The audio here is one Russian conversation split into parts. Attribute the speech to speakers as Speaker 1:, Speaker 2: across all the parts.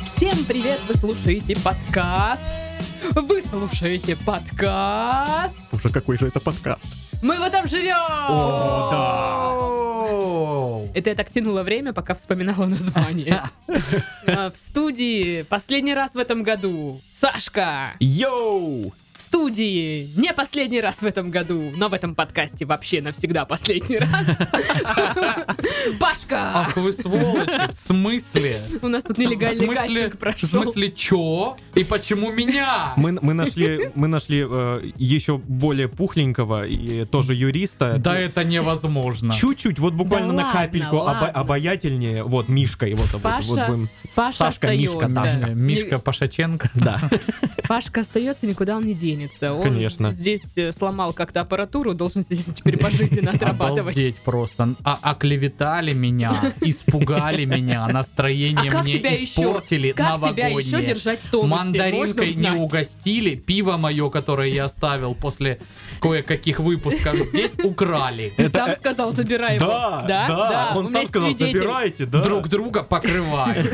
Speaker 1: Всем привет! Вы слушаете подкаст. Вы слушаете подкаст.
Speaker 2: Уже какой же это подкаст?
Speaker 1: Мы в этом живем!
Speaker 2: О,
Speaker 1: Это я так тянула время, пока вспоминала название. А, В студии последний раз в этом году Сашка.
Speaker 2: Йоу!
Speaker 1: В студии не последний раз в этом году, но в этом подкасте вообще навсегда последний раз. Пашка!
Speaker 3: Ах А вы сволочи, в смысле?
Speaker 1: У нас тут
Speaker 3: В
Speaker 1: нелегальный
Speaker 3: смысле-
Speaker 1: кастинг
Speaker 3: В
Speaker 1: прошел.
Speaker 3: смысле, чё? И почему меня?
Speaker 2: Мы, мы нашли, мы нашли э, еще более пухленького и тоже юриста.
Speaker 3: Да это невозможно.
Speaker 2: Чуть-чуть, вот буквально
Speaker 1: Да
Speaker 2: на
Speaker 1: ладно,
Speaker 2: капельку обо-
Speaker 1: ладно.
Speaker 2: обаятельнее. Вот Мишка его зовут.
Speaker 1: Паша-
Speaker 2: Вот будем-
Speaker 1: Паша
Speaker 2: Сашка, Мишка,
Speaker 1: остается.
Speaker 2: да.
Speaker 3: Э, Мишка Пашаченко.
Speaker 2: Да.
Speaker 1: Пашка остается, никуда он не денется. Он
Speaker 2: Конечно.
Speaker 1: здесь э, сломал как-то аппаратуру, должен здесь теперь пожизненно отрабатывать.
Speaker 3: Обалдеть просто. А оклеветали меня, испугали меня,
Speaker 1: А
Speaker 3: настроение
Speaker 1: как
Speaker 3: мне
Speaker 1: тебя еще?
Speaker 3: испортили
Speaker 1: Как тебя еще
Speaker 3: новогоднее.
Speaker 1: держать в тонусе? Можно
Speaker 3: Мандаринкой не
Speaker 1: узнать?
Speaker 3: угостили, пиво мое, которое я оставил после кое-каких выпусков, здесь украли.
Speaker 1: Ты
Speaker 2: Это,
Speaker 1: сам
Speaker 2: э,
Speaker 1: сказал, забирай его.
Speaker 2: Да, да,
Speaker 1: у
Speaker 2: он
Speaker 1: меня
Speaker 2: сам
Speaker 1: есть
Speaker 2: сказал,
Speaker 1: свидетель.
Speaker 2: забирайте, да.
Speaker 3: Друг друга покрывали.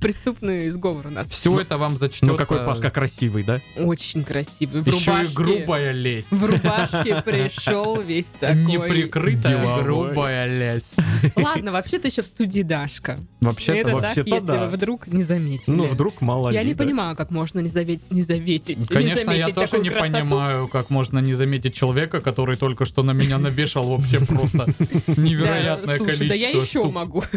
Speaker 1: Преступный сговор у нас. Ну,
Speaker 3: Все это вам зачтется.
Speaker 2: Ну какой Пашка красивый, да?
Speaker 1: Очень красивый. В
Speaker 3: Еще
Speaker 1: рубашке.
Speaker 3: и грубая лесть.
Speaker 1: В рубашке пришел весь такой.
Speaker 3: Неприкрытая
Speaker 2: деловой.
Speaker 3: грубая лесть.
Speaker 1: Ладно, вообще-то еще в студии Дашка.
Speaker 3: Вообще-то
Speaker 1: Это
Speaker 3: вот-
Speaker 1: так,
Speaker 2: вообще-то
Speaker 1: если
Speaker 2: да.
Speaker 1: вы вдруг не заметили.
Speaker 2: Ну вдруг мало
Speaker 1: Я
Speaker 2: ли,
Speaker 1: не
Speaker 2: да.
Speaker 1: понимаю, как можно не, завет... не заветить. не
Speaker 3: Конечно, я
Speaker 1: заметить
Speaker 3: тоже
Speaker 1: такую
Speaker 3: не
Speaker 1: красоту.
Speaker 3: понимаю, как можно не заметить человека, который только что на меня навешал вообще просто невероятное
Speaker 1: да, слушай,
Speaker 3: количество
Speaker 1: да я еще
Speaker 3: штук.
Speaker 1: могу.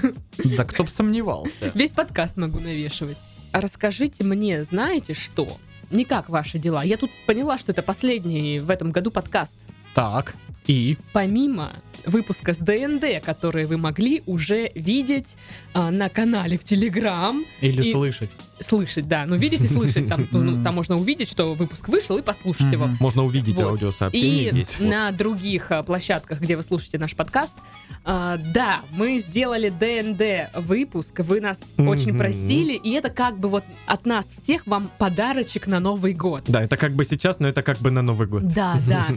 Speaker 3: Да кто бы сомневался.
Speaker 1: Весь подкаст могу навешивать. А расскажите мне, знаете что? Не как ваши дела. Я тут поняла, что это последний в этом году подкаст.
Speaker 3: Так, и?
Speaker 1: Помимо выпуска с ДНД, которые вы могли уже видеть а, на канале в Телеграм,
Speaker 3: Или
Speaker 1: И-
Speaker 3: слышать.
Speaker 1: слышать, да, ну видеть и слышать, там, ну, там можно увидеть, что выпуск вышел и послушать его.
Speaker 3: Мгм.
Speaker 2: Можно увидеть
Speaker 1: Вот.
Speaker 2: аудиосообщение
Speaker 1: И
Speaker 2: здесь. вот.
Speaker 1: на других а, площадках, где вы слушаете наш подкаст. А, да, мы сделали ДНД выпуск. Вы нас
Speaker 2: Мгм.
Speaker 1: очень просили, и это как бы вот от нас всех вам подарочек на Новый год.
Speaker 2: Да, это как бы сейчас, но это как бы на Новый год.
Speaker 1: Да, да.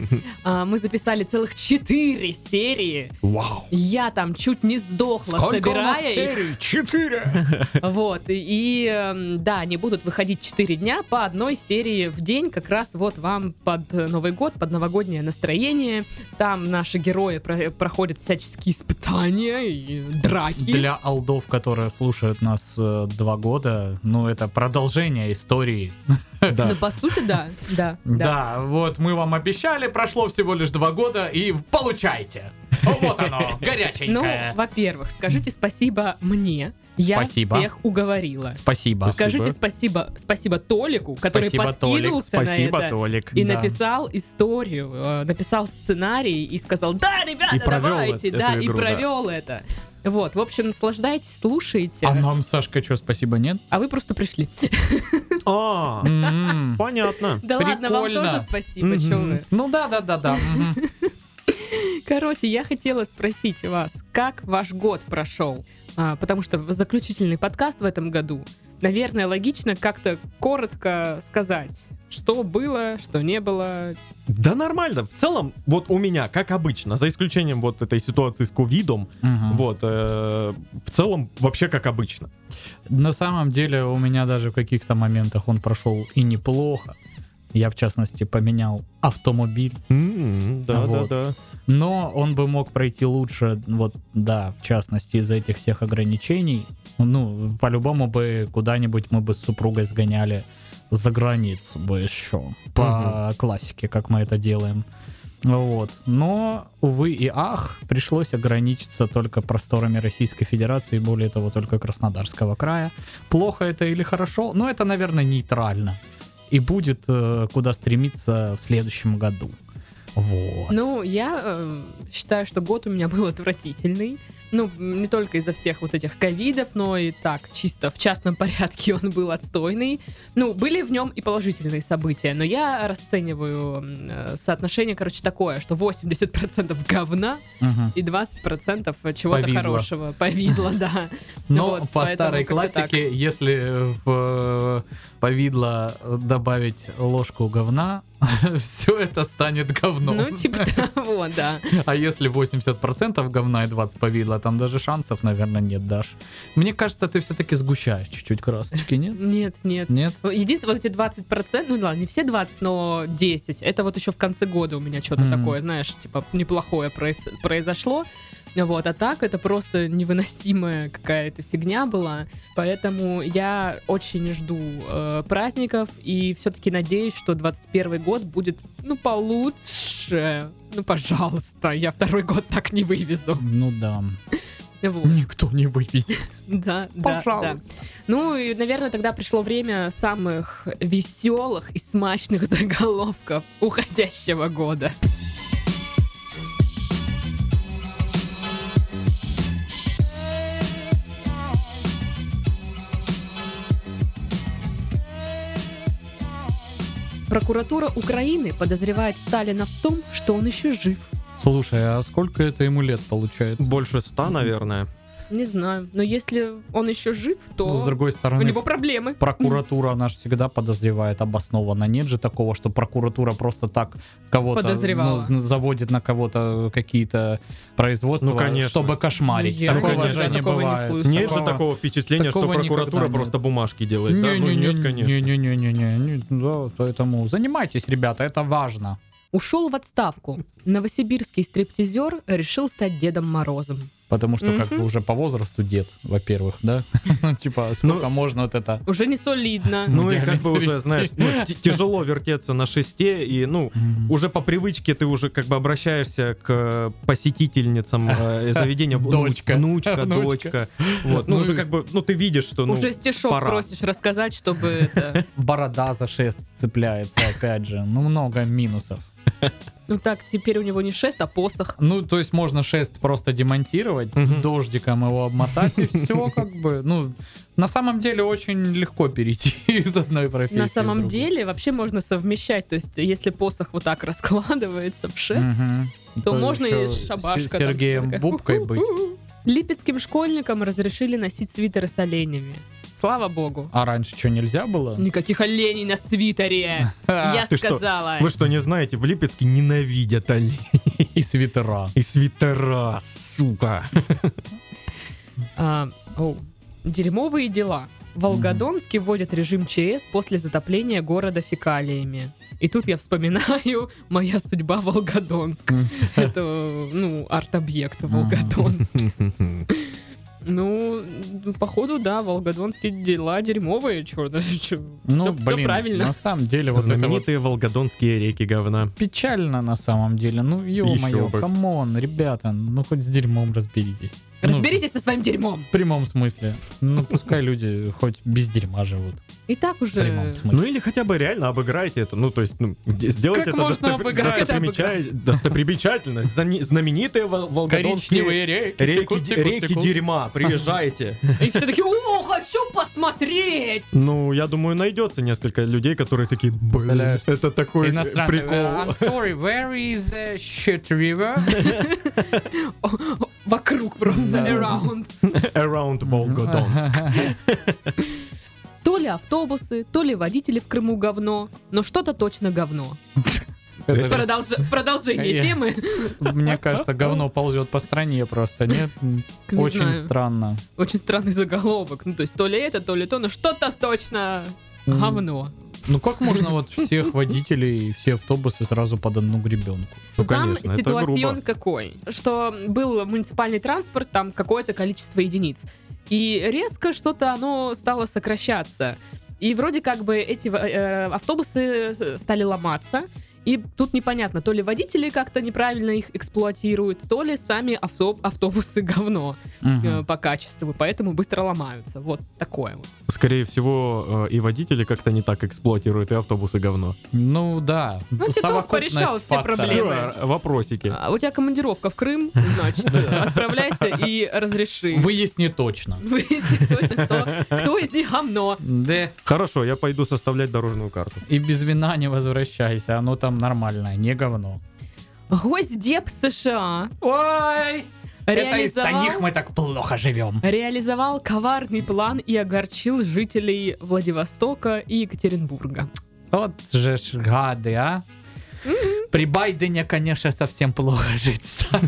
Speaker 1: А, Мы записали целых четыре серии.
Speaker 2: Вау.
Speaker 1: Я там чуть не сдохла, собирая их.
Speaker 3: Четыре!
Speaker 1: Вот, и, и, эм, да, они будут выходить 4 дня по одной серии в день, как раз вот вам под э, Новый год, под новогоднее настроение. Там наши герои про- проходят всяческие испытания и драки.
Speaker 3: Для алдов, которые слушают нас э, два года, ну это продолжение истории.
Speaker 2: Да.
Speaker 1: Ну, по сути, да, да, да.
Speaker 3: Да, вот мы вам обещали, прошло всего лишь два года, и получайте. Вот оно,
Speaker 1: Ну,
Speaker 3: горяченькое.
Speaker 1: во-первых, скажите спасибо мне. Я
Speaker 3: Спасибо.
Speaker 1: всех уговорила.
Speaker 3: Спасибо.
Speaker 1: Скажите спасибо, спасибо Толику, который
Speaker 3: Спасибо, Толик.
Speaker 1: подкинулся
Speaker 2: Спасибо,
Speaker 1: на это.
Speaker 2: Толик.
Speaker 1: И
Speaker 3: Да.
Speaker 1: написал историю, э, написал сценарий и сказал, да, ребята,
Speaker 2: И провёл
Speaker 1: давайте,
Speaker 2: эту
Speaker 1: да, и
Speaker 2: игру, да.
Speaker 1: провел это. Вот, в общем, наслаждайтесь, слушайте.
Speaker 3: А нам, Сашка, что, спасибо нет?
Speaker 1: А вы просто пришли.
Speaker 2: А,
Speaker 3: М.
Speaker 2: понятно.
Speaker 1: Да ладно, вам
Speaker 3: Прикольно.
Speaker 1: тоже спасибо,
Speaker 2: Мгм.
Speaker 1: чё вы.
Speaker 3: Ну да, да, да, да. мгм.
Speaker 1: Короче, я хотела спросить вас, как ваш год прошел? А, потому что заключительный подкаст в этом году, наверное, логично как-то коротко сказать, что было, что не было.
Speaker 2: Да нормально. В целом, вот у меня, как обычно, за исключением вот этой ситуации с ковидом,
Speaker 3: Мгм.
Speaker 2: вот, э, в целом вообще как обычно.
Speaker 3: На самом деле у меня даже в каких-то моментах он прошел и неплохо. Я, в частности, поменял автомобиль,
Speaker 2: М, М-м-м, Да, да,
Speaker 3: Вот.
Speaker 2: да.
Speaker 3: но он бы мог пройти лучше, вот, да, в частности, из-за этих всех ограничений. Ну, по-любому бы куда-нибудь мы бы с супругой сгоняли за границу бы еще, по классике, как мы это делаем. Вот. Но, увы и ах, пришлось ограничиться только просторами Российской Федерации, более того, только Краснодарского края. Плохо это или хорошо? Ну, это, наверное, нейтрально. И будет э, куда стремиться в следующем году. Вот.
Speaker 1: Ну, я э, считаю, что год у меня был отвратительный. Ну, не только из-за всех вот этих ковидов, но и так, чисто в частном порядке он был отстойный. Ну, были в нем и положительные события, но я расцениваю м, э, соотношение, короче, такое, что 80% говна
Speaker 3: Мгм.
Speaker 1: и 20% чего-то
Speaker 3: Повидло.
Speaker 1: хорошего. Повидло, да.
Speaker 3: Но
Speaker 1: Вот,
Speaker 3: Ну, по
Speaker 1: поэтому
Speaker 3: старой
Speaker 1: как-то так.
Speaker 3: классике, если в э, повидло добавить ложку говна, все это станет говном.
Speaker 1: Ну, типа того, да.
Speaker 3: А если 80% говна и 20 повидло, там даже шансов, наверное, нет, Даш. Мне кажется, ты все-таки сгущаешь чуть-чуть красочки, нет?
Speaker 1: Нет, нет.
Speaker 3: Нет?
Speaker 1: Э, Единственное, вот эти 20%, ну ладно, не все 20, но 10, это вот еще в конце года у меня что-то
Speaker 3: Мгм.
Speaker 1: такое, знаешь, типа неплохое проис- произошло. Вот, а так это просто невыносимая какая-то фигня была. Поэтому я очень жду э, праздников и все-таки надеюсь, что 21 год будет, ну, получше. Ну, пожалуйста, я второй год так не вывезу.
Speaker 4: Ну да.
Speaker 1: Вот.
Speaker 3: Никто не вывезет.
Speaker 1: Да, да, да.
Speaker 3: Пожалуйста.
Speaker 1: Ну и, наверное, тогда пришло время самых веселых и смачных заголовков уходящего года. Прокуратура Украины подозревает Сталина в том, что он еще жив.
Speaker 3: Слушай, а сколько это ему лет получается?
Speaker 2: Больше ста, наверное.
Speaker 1: Не знаю, но если он еще жив,
Speaker 3: Ну, с
Speaker 1: то
Speaker 3: другой
Speaker 1: у
Speaker 3: стороны,
Speaker 1: него проблемы.
Speaker 4: Прокуратура она ж всегда подозревает обоснованно. Нет же такого, что прокуратура просто так кого-то
Speaker 1: Подозревала.
Speaker 4: ну, ну, заводит на кого-то какие-то производства,
Speaker 2: Ну, конечно.
Speaker 4: чтобы кошмарить.
Speaker 1: Ну, Я
Speaker 4: такого
Speaker 2: никогда
Speaker 4: же не
Speaker 1: такого не
Speaker 4: бывает.
Speaker 1: слышала.
Speaker 2: Нет же
Speaker 1: Такого-
Speaker 2: такого впечатления, что
Speaker 3: такого никогда
Speaker 2: прокуратура
Speaker 3: нет.
Speaker 2: просто бумажки делает. да? Ну, нет, конечно.
Speaker 4: Не-не-не-не-не, да, поэтому занимайтесь, ребята, это важно.
Speaker 1: Ушел в отставку. Новосибирский стриптизер решил стать Дедом Морозом.
Speaker 4: Потому что как бы
Speaker 1: Мгм.
Speaker 4: уже по возрасту дед, во-первых, да? Ну, типа, сколько можно вот это...
Speaker 1: Уже не солидно.
Speaker 2: Ну и
Speaker 4: Диаметр
Speaker 2: как бы уже,
Speaker 4: ресниц.
Speaker 2: знаешь, ну, ти- тяжело вертеться на шесте, и, ну, уже по привычке ты уже как бы обращаешься к э, посетительницам э, заведения. Ну,
Speaker 4: Дочка.
Speaker 2: Внучка,
Speaker 4: Внучка.
Speaker 2: дочка. Вот, ну
Speaker 3: Ну
Speaker 2: уже
Speaker 3: и-
Speaker 2: как бы, ну ты видишь, что, ну,
Speaker 1: Уже стишок
Speaker 2: пора.
Speaker 1: просишь рассказать, чтобы это...
Speaker 4: Борода за шест цепляется, опять же. Ну, много минусов.
Speaker 1: Ну так, теперь у него не шест, а посох.
Speaker 3: Ну, то есть можно шест просто демонтировать,
Speaker 2: Мгм.
Speaker 3: дождиком его обмотать, и все как бы. Ну, на самом деле очень легко перейти из одной профессии.
Speaker 1: На
Speaker 3: в
Speaker 1: самом
Speaker 3: другую.
Speaker 1: деле вообще можно совмещать. То есть если посох вот так раскладывается в шест,
Speaker 4: Мгм.
Speaker 1: то можно и
Speaker 3: еще
Speaker 1: шабашка.
Speaker 3: С
Speaker 1: там
Speaker 3: Сергеем
Speaker 1: такая.
Speaker 3: Бубкой быть.
Speaker 1: Липецким школьникам разрешили носить свитеры с оленями. Слава богу.
Speaker 4: А раньше что, нельзя было? А,
Speaker 1: Никаких оленей на свитере. Я
Speaker 2: Ты что?
Speaker 1: сказала.
Speaker 2: Вы что, не знаете, в Липецке ненавидят оленей
Speaker 4: И свитера.
Speaker 2: и свитера, сука.
Speaker 1: А, оу. Дерьмовые дела. Волгодонске вводят режим ЧС после затопления города фекалиями. И тут я вспоминаю «Моя судьба Волгодонск». Это, ну, арт-объект Волгодонск. Ну, походу, да, Волгодонские дела дерьмовые, черт,
Speaker 4: Ну,
Speaker 1: все
Speaker 4: блин, на
Speaker 1: правильно.
Speaker 4: самом деле вот это вот
Speaker 2: Знаменитые волгодонские реки говна.
Speaker 4: печально на самом деле. Ну, ё-моё,
Speaker 2: бы.
Speaker 4: камон, ребята, ну хоть с дерьмом разберитесь. Ну,
Speaker 1: Разберитесь со своим дерьмом.
Speaker 4: в прямом смысле. Ну, пускай люди хоть без дерьма живут.
Speaker 1: И так
Speaker 4: В прямом
Speaker 1: уже...
Speaker 4: смысле.
Speaker 2: Ну или хотя бы реально обыграйте это. Ну, то есть, ну, де- сделайте
Speaker 1: Как
Speaker 2: это
Speaker 1: можно
Speaker 2: достопри-
Speaker 1: обыграть? Как это
Speaker 2: достопримеча- достопримечательность. Зани- Знаменитые вол- волгодонские
Speaker 3: Коричневые реки.
Speaker 2: реки,
Speaker 3: текут, текут,
Speaker 2: реки
Speaker 3: текут.
Speaker 2: дерьма. Приезжайте.
Speaker 1: И все таки о, хочу посмотреть!
Speaker 2: Ну, я думаю, найдется несколько людей, которые такие, блин,
Speaker 4: Представляешь?
Speaker 2: это такой э,
Speaker 4: Иностранцы,
Speaker 2: прикол.
Speaker 3: I'm sorry, where is the shit river?
Speaker 1: Вокруг просто,
Speaker 4: Да.
Speaker 1: around.
Speaker 2: Around Волгодонск.
Speaker 1: То ли автобусы, то ли водители в Крыму говно, но что-то точно говно.
Speaker 4: Это же-
Speaker 1: Продолж-
Speaker 4: Э, Я-
Speaker 1: Продолжение темы.
Speaker 4: Мне кажется, говно ползет по стране просто, нет?
Speaker 1: Не
Speaker 4: Очень
Speaker 1: знаю.
Speaker 4: странно.
Speaker 1: Очень странный заголовок. Ну, то есть то ли это, то ли то, но что-то точно
Speaker 4: М.
Speaker 1: говно.
Speaker 4: Ну как можно вот всех водителей и все автобусы сразу под одну гребенку?
Speaker 2: Ну,
Speaker 1: там
Speaker 2: конечно, это
Speaker 1: ситуацион
Speaker 2: грубо.
Speaker 1: какой? Что был муниципальный транспорт, там какое-то количество единиц. И резко что-то оно стало сокращаться. И вроде как бы эти э, автобусы с- стали ломаться. И тут непонятно, то ли водители как-то неправильно их эксплуатируют, то ли сами авто- автобусы говно э, по качеству, поэтому быстро ломаются. Вот такое вот.
Speaker 2: Скорее всего, э, и водители как-то не так эксплуатируют, и автобусы говно.
Speaker 4: Ну да.
Speaker 1: Ну, Титов
Speaker 4: Совокупность
Speaker 1: порешал все
Speaker 4: факторов.
Speaker 1: проблемы.
Speaker 2: Всё, э, вопросики.
Speaker 1: А у тебя командировка в Крым, значит, э, отправляйся и разреши.
Speaker 4: Выясни точно.
Speaker 1: Выяснить точно, кто, кто из них говно.
Speaker 4: Да.
Speaker 2: Хорошо, я пойду составлять дорожную карту.
Speaker 4: И без вина не возвращайся, оно там нормальное, не говно.
Speaker 1: Госдеп США
Speaker 4: Ой! Это из-за них
Speaker 1: реализовал,
Speaker 4: мы так плохо живем.
Speaker 1: реализовал коварный план и огорчил жителей Владивостока и Екатеринбурга.
Speaker 3: Вот же ж гады, а. При Байдене, конечно, совсем плохо жить стало.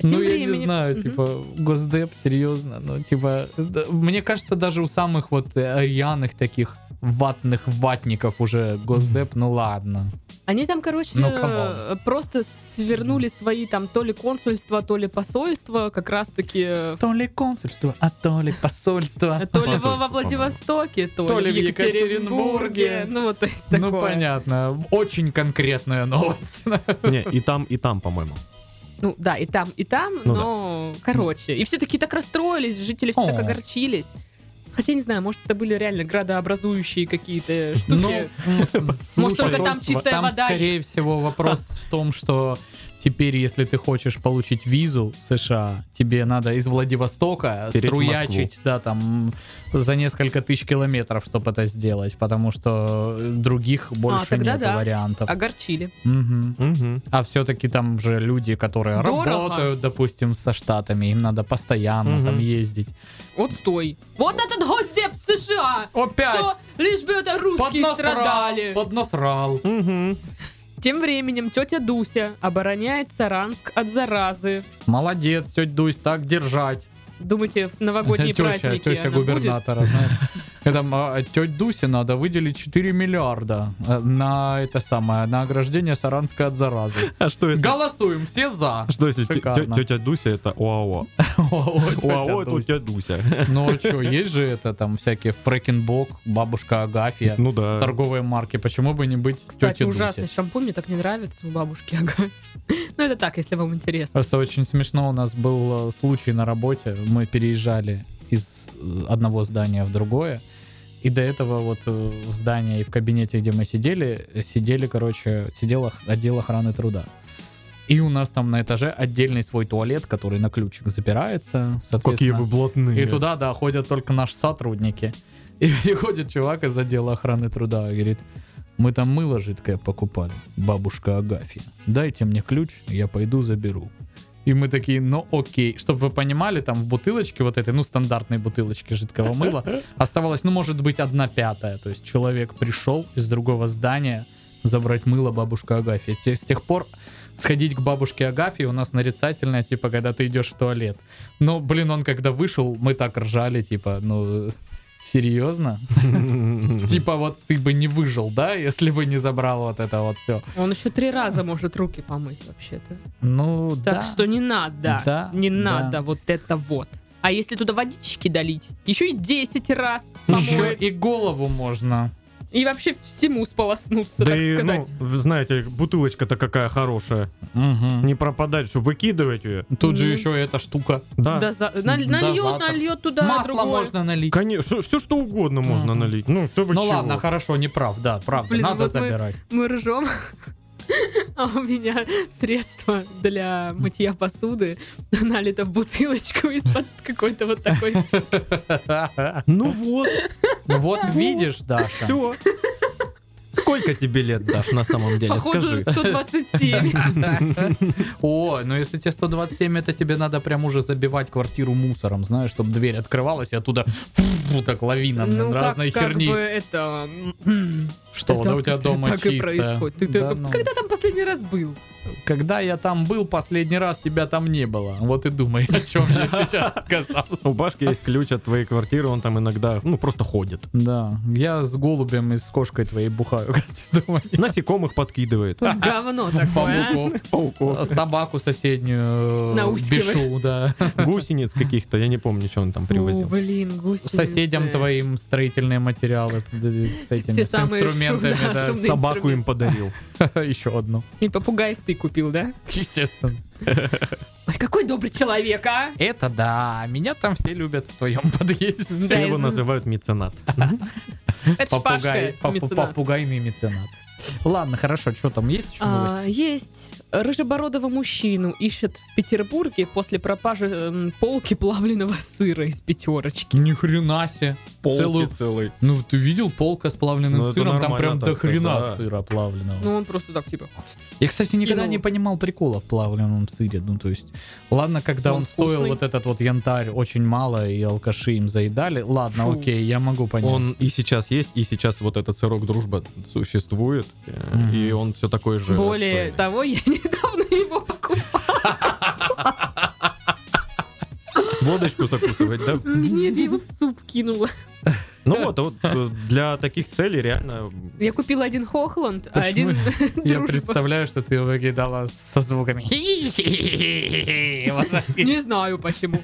Speaker 1: Тем
Speaker 3: Ну, я не
Speaker 1: временем-
Speaker 3: знаю,
Speaker 1: Мгм.
Speaker 3: типа, Госдеп, серьезно, ну, типа, да, мне кажется, даже у самых вот э, рьяных таких ватных ватников уже Госдеп, ну ладно.
Speaker 1: Они там, короче,
Speaker 3: Ну, камон.
Speaker 1: просто свернули свои там то ли консульства, то ли посольства, как раз-таки э,
Speaker 3: То ли консульство, а то ли посольство.
Speaker 1: то ли во,
Speaker 2: Посольство,
Speaker 1: во Владивостоке, то,
Speaker 3: То
Speaker 1: ли в
Speaker 3: ли в
Speaker 1: Екатеринбурге.
Speaker 3: Екатеринбурге.
Speaker 1: Ну, вот, то есть такое.
Speaker 3: Ну, понятно, очень конкретная новость.
Speaker 2: Не, и там, и там, по-моему.
Speaker 1: Ну, да, и там, и там,
Speaker 2: Ну
Speaker 1: но, короче. И все таки так расстроились, жители все так
Speaker 3: О.
Speaker 1: огорчились. Хотя, не знаю, может, это были реально градообразующие какие-то
Speaker 3: Ну,
Speaker 1: штуки.
Speaker 3: м, с-
Speaker 1: Может,
Speaker 3: слушай,
Speaker 1: только там чистая
Speaker 3: там,
Speaker 1: вода
Speaker 3: скорее всего, вопрос в том, что теперь, если ты хочешь получить визу в США, тебе надо из Владивостока
Speaker 2: Тереть в
Speaker 3: струячить, да, там, м, за несколько тысяч километров, чтобы это сделать, потому что э, других больше
Speaker 1: А, тогда
Speaker 3: нет
Speaker 1: да. А
Speaker 3: вариантов.
Speaker 1: Огорчили.
Speaker 3: Мгм.
Speaker 2: Мгм.
Speaker 3: А все-таки там же люди, которые
Speaker 1: Дорого.
Speaker 3: работают, допустим, со штатами, им надо постоянно
Speaker 2: Мгм.
Speaker 3: там ездить.
Speaker 1: Вот стой. Вот этот госдеп США!
Speaker 3: Опять!
Speaker 1: Что? Лишь бы это русские страдали.
Speaker 3: Поднасрал, поднасрал.
Speaker 2: Мгм.
Speaker 1: Тем временем тетя Дуся обороняет Саранск от заразы.
Speaker 3: Молодец, тетя Дусь, так держать.
Speaker 1: Думаете, в новогодние
Speaker 3: Это тёща,
Speaker 1: праздники
Speaker 3: тёща
Speaker 1: она будет?
Speaker 3: губернатора, знаешь. Это м, а, тёть Дусе надо выделить 4 миллиарда э, на это самое, на ограждение Саранска от заразы.
Speaker 2: А что если...
Speaker 3: Голосуем все за.
Speaker 2: Что если тё-
Speaker 3: Шикарно.
Speaker 2: тё- тетя Дуся это ОАО?
Speaker 3: О, тётя
Speaker 2: ОАО это у
Speaker 3: Дуся.
Speaker 2: тетя Дуся.
Speaker 3: Ну а чё, есть же это там всякие Фрэкенбок, бабушка Агафья,
Speaker 2: Ну да.
Speaker 3: торговые марки, почему бы не быть
Speaker 1: Кстати,
Speaker 3: тёте
Speaker 1: ужасный
Speaker 3: Дусе?
Speaker 1: шампунь мне так не нравится у бабушки. Ага. Ну, это так, если вам интересно.
Speaker 3: Просто очень смешно, у нас был э, случай на работе, мы переезжали из э, одного здания в другое, и до этого вот э, в здании и в кабинете, где мы сидели, э, сидели, короче, сидел ох- отдел охраны труда. И у нас там на этаже отдельный свой туалет, который на ключик запирается,
Speaker 2: Какие
Speaker 3: соответственно.
Speaker 2: вы блатные.
Speaker 3: И туда, да, ходят только наши сотрудники. И приходит чувак из отдела охраны труда и говорит, мы там мыло жидкое покупали, бабушка Агафья. Дайте мне ключ, я пойду заберу. И мы такие, ну окей. Чтобы вы понимали, там в бутылочке вот этой, ну стандартной бутылочке жидкого мыла, оставалось, ну может быть, одна пятая. То есть человек пришел из другого здания забрать мыло бабушка Агафья. Те- С тех пор сходить к бабушке Агафьи у нас нарицательное, типа, когда ты идешь в туалет. Но, блин, он когда вышел, мы так ржали, типа, ну, серьезно? Типа, вот ты бы не выжил, да, если бы не забрал вот это вот все.
Speaker 1: Он еще три раза может руки помыть вообще-то.
Speaker 3: Ну,
Speaker 1: Так
Speaker 3: да.
Speaker 1: что не надо.
Speaker 3: Да,
Speaker 1: Не
Speaker 3: да.
Speaker 1: надо вот это вот. А если туда водички долить, еще и 10 раз
Speaker 3: Еще
Speaker 1: помоет.
Speaker 3: и голову можно.
Speaker 1: И вообще всему сполоснуться,
Speaker 2: Да
Speaker 1: так
Speaker 2: и, ну,
Speaker 1: сказать.
Speaker 2: вы знаете, бутылочка-то какая хорошая. Не пропадать, что выкидывать ее.
Speaker 3: Тут же
Speaker 1: Ну.
Speaker 3: еще эта штука.
Speaker 2: Да.
Speaker 1: Да за- наль-
Speaker 3: Да
Speaker 1: нальет,
Speaker 3: завтра.
Speaker 1: нальет туда
Speaker 3: Масло
Speaker 1: другое.
Speaker 3: можно налить.
Speaker 2: Конечно, все что угодно можно
Speaker 3: Мгм.
Speaker 2: налить. Ну, кто бы
Speaker 3: Ну
Speaker 2: чего.
Speaker 3: ладно, хорошо, не прав, да, правда,
Speaker 1: Блин,
Speaker 3: надо
Speaker 1: вот мы-
Speaker 3: забирать.
Speaker 1: мы ржем, а у меня средство для мытья посуды налито в бутылочку из-под какой-то вот такой.
Speaker 2: Ну вот,
Speaker 3: Ну Вот видишь, Даша.
Speaker 2: все. Сколько тебе лет, Даш, на самом деле?
Speaker 1: Походу,
Speaker 2: Скажи.
Speaker 1: 127.
Speaker 3: О, ну если тебе 127, это тебе надо прям уже забивать квартиру мусором, знаешь, чтобы дверь открывалась, и оттуда фу, так лавина
Speaker 1: Ну, как-
Speaker 3: разной
Speaker 1: как
Speaker 3: херни.
Speaker 1: бы это... м,
Speaker 3: Что, да
Speaker 1: так
Speaker 3: у тебя
Speaker 1: это
Speaker 3: дома
Speaker 1: Так и
Speaker 3: чисто.
Speaker 1: происходит. Ты- ты-
Speaker 3: Да ну.
Speaker 1: Когда там последний раз был?
Speaker 3: Когда я там был последний раз, тебя там не было. Вот и думай, о чем я сейчас сказал.
Speaker 2: У Башки есть ключ от твоей квартиры, он там иногда, ну, просто ходит.
Speaker 3: Да, я с голубем и с кошкой твоей бухаю, когда ты дома не
Speaker 2: Насекомых подкидывает.
Speaker 1: Вот
Speaker 3: ну,
Speaker 1: Говно такое. а.
Speaker 3: пауков.
Speaker 2: Пауков.
Speaker 3: Собаку соседнюю э,
Speaker 1: Наускивай.
Speaker 3: бешу, да.
Speaker 2: Гусениц каких-то, я не помню, что он там
Speaker 1: О,
Speaker 2: привозил.
Speaker 1: блин, гусеницы.
Speaker 3: Соседям твоим строительные материалы да, с этими
Speaker 1: Все
Speaker 3: с
Speaker 1: самые шу-
Speaker 3: инструментами,
Speaker 1: да,
Speaker 3: да.
Speaker 1: шумные
Speaker 2: Собаку им подарил.
Speaker 3: Еще одну.
Speaker 1: И попугаев ты купил, да?
Speaker 3: Естественно.
Speaker 1: Ой, какой добрый человек, а!
Speaker 3: Это да, меня там все любят в твоем подъезде.
Speaker 1: Да,
Speaker 2: Все его
Speaker 1: из-
Speaker 2: называют меценат.
Speaker 1: Это ж Пашка,
Speaker 3: Попугай, попу-
Speaker 1: меценат.
Speaker 3: попугайный меценат. Ладно, хорошо, что там есть еще новости?
Speaker 1: А, есть. Рыжебородого мужчину ищет в Петербурге после пропажи эм, полки плавленного сыра из пятерочки.
Speaker 3: Ни хрена себе.
Speaker 2: Полки
Speaker 3: Целую-
Speaker 2: целый.
Speaker 3: Ну, ты видел полка с плавленным
Speaker 2: Ну, это
Speaker 3: сыром? Там
Speaker 2: нормально
Speaker 3: прям до
Speaker 2: так-то,
Speaker 3: хрена
Speaker 2: да.
Speaker 3: сыра плавленного.
Speaker 1: Ну, он просто так, типа,
Speaker 3: Я, кстати, никогда
Speaker 1: Скинул.
Speaker 3: не понимал прикола в плавленном сыре. Ну, то есть, ладно, когда
Speaker 1: Он
Speaker 3: он, стоил
Speaker 1: Ну, вкусный.
Speaker 3: вот этот вот янтарь очень мало, и алкаши им заедали. Ладно,
Speaker 1: Фу.
Speaker 3: окей, я могу понять.
Speaker 2: Он и сейчас есть, и сейчас вот этот сырок дружба существует, э,
Speaker 3: Мгм.
Speaker 2: и он все такой же.
Speaker 1: более
Speaker 2: отстойный.
Speaker 1: того, я недавно его покупала.
Speaker 2: Водочку закусывать, да?
Speaker 1: Нет, я его в суп кинула.
Speaker 2: Ну вот, вот э, для таких целей реально.
Speaker 1: Я купила один Хохланд, а
Speaker 3: Почему
Speaker 1: один
Speaker 3: Я
Speaker 1: дружба.
Speaker 3: представляю, что ты его выкидала со звуками. Вот так.
Speaker 1: Не знаю почему.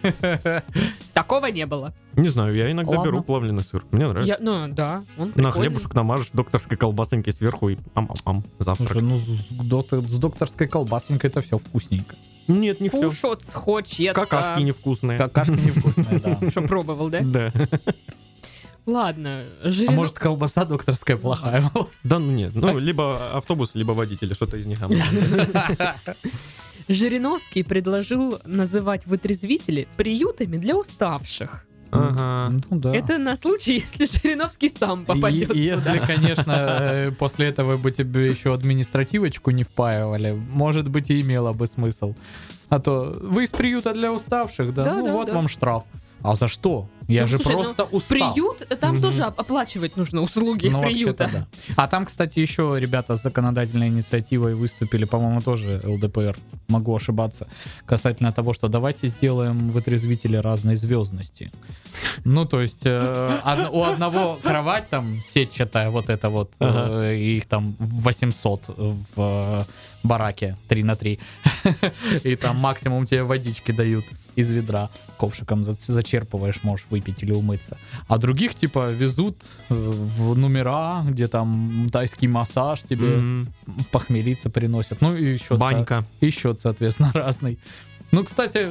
Speaker 1: Такого не было.
Speaker 2: Не знаю, я иногда
Speaker 3: Ладно.
Speaker 2: беру плавленый сыр. Мне
Speaker 3: Э?
Speaker 2: нравится.
Speaker 1: Я, ну, да, он
Speaker 2: На
Speaker 1: прикольный.
Speaker 2: хлебушек намажешь докторской колбасоньки сверху и ам-ам-ам. Завтрак.
Speaker 3: Слушай, ну с док- с докторской колбасонькой это все вкусненько.
Speaker 1: Ну,
Speaker 2: Нет, не все.
Speaker 1: Кушать хочется.
Speaker 2: Какашки невкусные.
Speaker 3: Какашка невкусная, да.
Speaker 1: Что, а, пробовал, да?
Speaker 2: Да.
Speaker 1: Ладно,
Speaker 3: А
Speaker 1: Жирино-
Speaker 3: может колбаса докторская плохая? была?
Speaker 2: Да, ну нет. Ну, либо автобус, либо водитель, что-то из них.
Speaker 1: Жириновский предложил называть вытрезвители приютами для уставших.
Speaker 2: Ага.
Speaker 3: Ну да.
Speaker 1: Это на случай, если Жириновский сам попадет
Speaker 3: И- и
Speaker 1: туда.
Speaker 3: Если, конечно, э, после этого бы тебе еще административочку не впаивали, может быть, и имело бы смысл. А то вы из приюта для уставших, да?
Speaker 1: Да,
Speaker 3: ну
Speaker 1: да,
Speaker 3: вот
Speaker 1: да.
Speaker 3: вам штраф. А за что? Я
Speaker 1: Ну,
Speaker 3: же
Speaker 1: слушай, ну,
Speaker 3: просто устал.
Speaker 1: Приют, э, там
Speaker 2: Мгм.
Speaker 1: тоже оп- оплачивать нужно услуги
Speaker 3: Ну, вообще-то
Speaker 1: приюта.
Speaker 3: да. А там, кстати, еще ребята с законодательной инициативой выступили, по-моему, тоже ЛДПР, могу ошибаться, касательно того, что давайте сделаем вытрезвители разной звездности. Ну, то есть э, од- у одного кровать там сетчатая, вот это вот, э,
Speaker 2: Ага.
Speaker 3: и их там 800 в э, бараке 3 на 3. И там максимум тебе водички дают из ведра, ковшиком за- зачерпываешь, можешь выпить или умыться. А других, типа, везут э, в номера, где там тайский массаж тебе
Speaker 2: Мгм.
Speaker 3: похмелиться приносят. Ну и еще...
Speaker 2: Банька.
Speaker 3: И счет, соответственно, разный. Ну, кстати,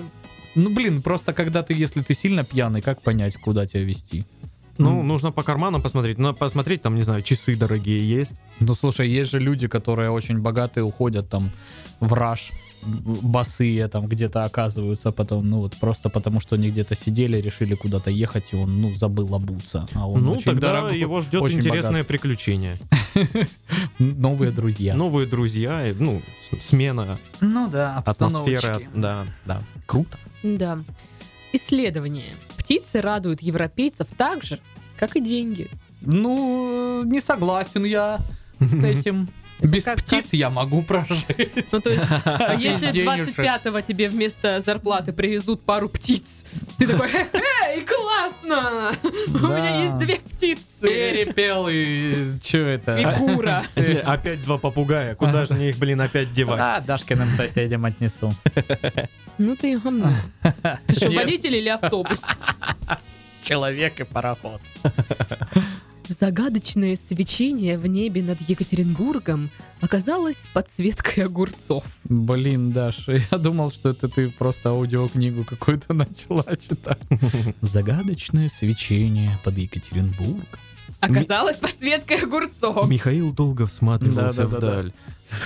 Speaker 3: ну, блин, просто когда ты, если ты сильно пьяный, как понять, куда тебя вести?
Speaker 2: Ну, нужно по карманам посмотреть. Надо посмотреть, там, не знаю, часы дорогие есть.
Speaker 3: Ну, слушай, есть же люди, которые очень богатые, уходят там в раш, босые там где-то оказываются потом, ну вот просто потому, что они где-то сидели, решили куда-то ехать, и он, ну, забыл обуться. А он
Speaker 2: Ну,
Speaker 3: очень
Speaker 2: тогда
Speaker 3: дорогой,
Speaker 2: его ждет
Speaker 3: очень
Speaker 2: интересное приключение.
Speaker 3: богат. Новые друзья.
Speaker 2: Новые друзья, и, ну, с- смена
Speaker 3: Ну да,
Speaker 2: атмосферы. Да, да. Круто.
Speaker 1: Да. Исследование. Птицы радуют европейцев так же, как и деньги.
Speaker 3: Ну, не согласен я с этим. Без
Speaker 1: как-
Speaker 3: птиц я могу прожить.
Speaker 1: Ну, то есть, если
Speaker 3: денежек.
Speaker 1: 25-го тебе вместо зарплаты привезут пару птиц, ты такой, эй, классно! У меня
Speaker 3: Да.
Speaker 1: есть две птицы
Speaker 3: Перепел и что
Speaker 1: и
Speaker 3: это? А,
Speaker 1: кура.
Speaker 2: Не, Опять два попугая. Куда же мне их, блин, опять девать?
Speaker 3: А, Дашкиным соседям отнесу.
Speaker 1: Ну ты и гамно. Ты что,
Speaker 3: Нет.
Speaker 1: водитель или автобус?
Speaker 3: Человек и пароход.
Speaker 1: Загадочное свечение в небе над Екатеринбургом оказалось подсветкой огурцов.
Speaker 3: Блин, Даша, я думал, что это ты просто аудиокнигу какую-то начала читать. Загадочное свечение под Екатеринбург.
Speaker 1: Оказалось подсветкой огурцов.
Speaker 2: Михаил долго всматривался
Speaker 3: Да-да-да-да.
Speaker 2: вдаль.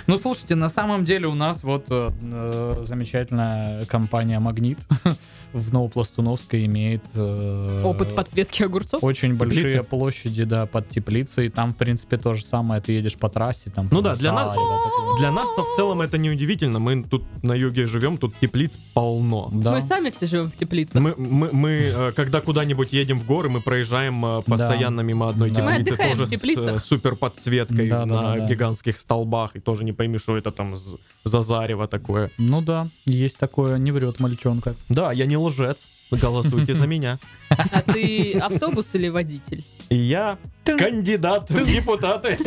Speaker 3: Ну, слушайте, на самом деле у нас вот э, э, замечательная компания «Магнит» в Новопластуновской имеет... э,
Speaker 1: Опыт подсветки огурцов?
Speaker 3: Очень большие
Speaker 2: Теплицы.
Speaker 3: площади, да, под теплицей. Там, в принципе, то же самое. Ты едешь по трассе, там...
Speaker 2: Ну да, для нас-
Speaker 3: зарево такое.
Speaker 2: Для нас-то в целом это не удивительно. Мы тут на юге живем, тут теплиц полно.
Speaker 3: Да.
Speaker 1: Мы сами все живем в теплицах.
Speaker 2: Мы, мы, мы, э, когда куда-нибудь едем в горы, мы проезжаем э, постоянно мимо одной
Speaker 3: Да.
Speaker 1: Мы
Speaker 2: теплицы,
Speaker 1: отдыхаем в
Speaker 2: тоже с
Speaker 1: теплицах.
Speaker 2: э, супер подсветкой
Speaker 3: Да, да,
Speaker 2: на
Speaker 3: да, да.
Speaker 2: гигантских столбах, и тоже не пойми, что это там з- за зарево такое.
Speaker 3: Ну да, есть такое, не врет мальчонка.
Speaker 2: Да, я не лжец, голосуйте за меня.
Speaker 1: А ты автобус или водитель?
Speaker 2: И я кандидат в депутаты.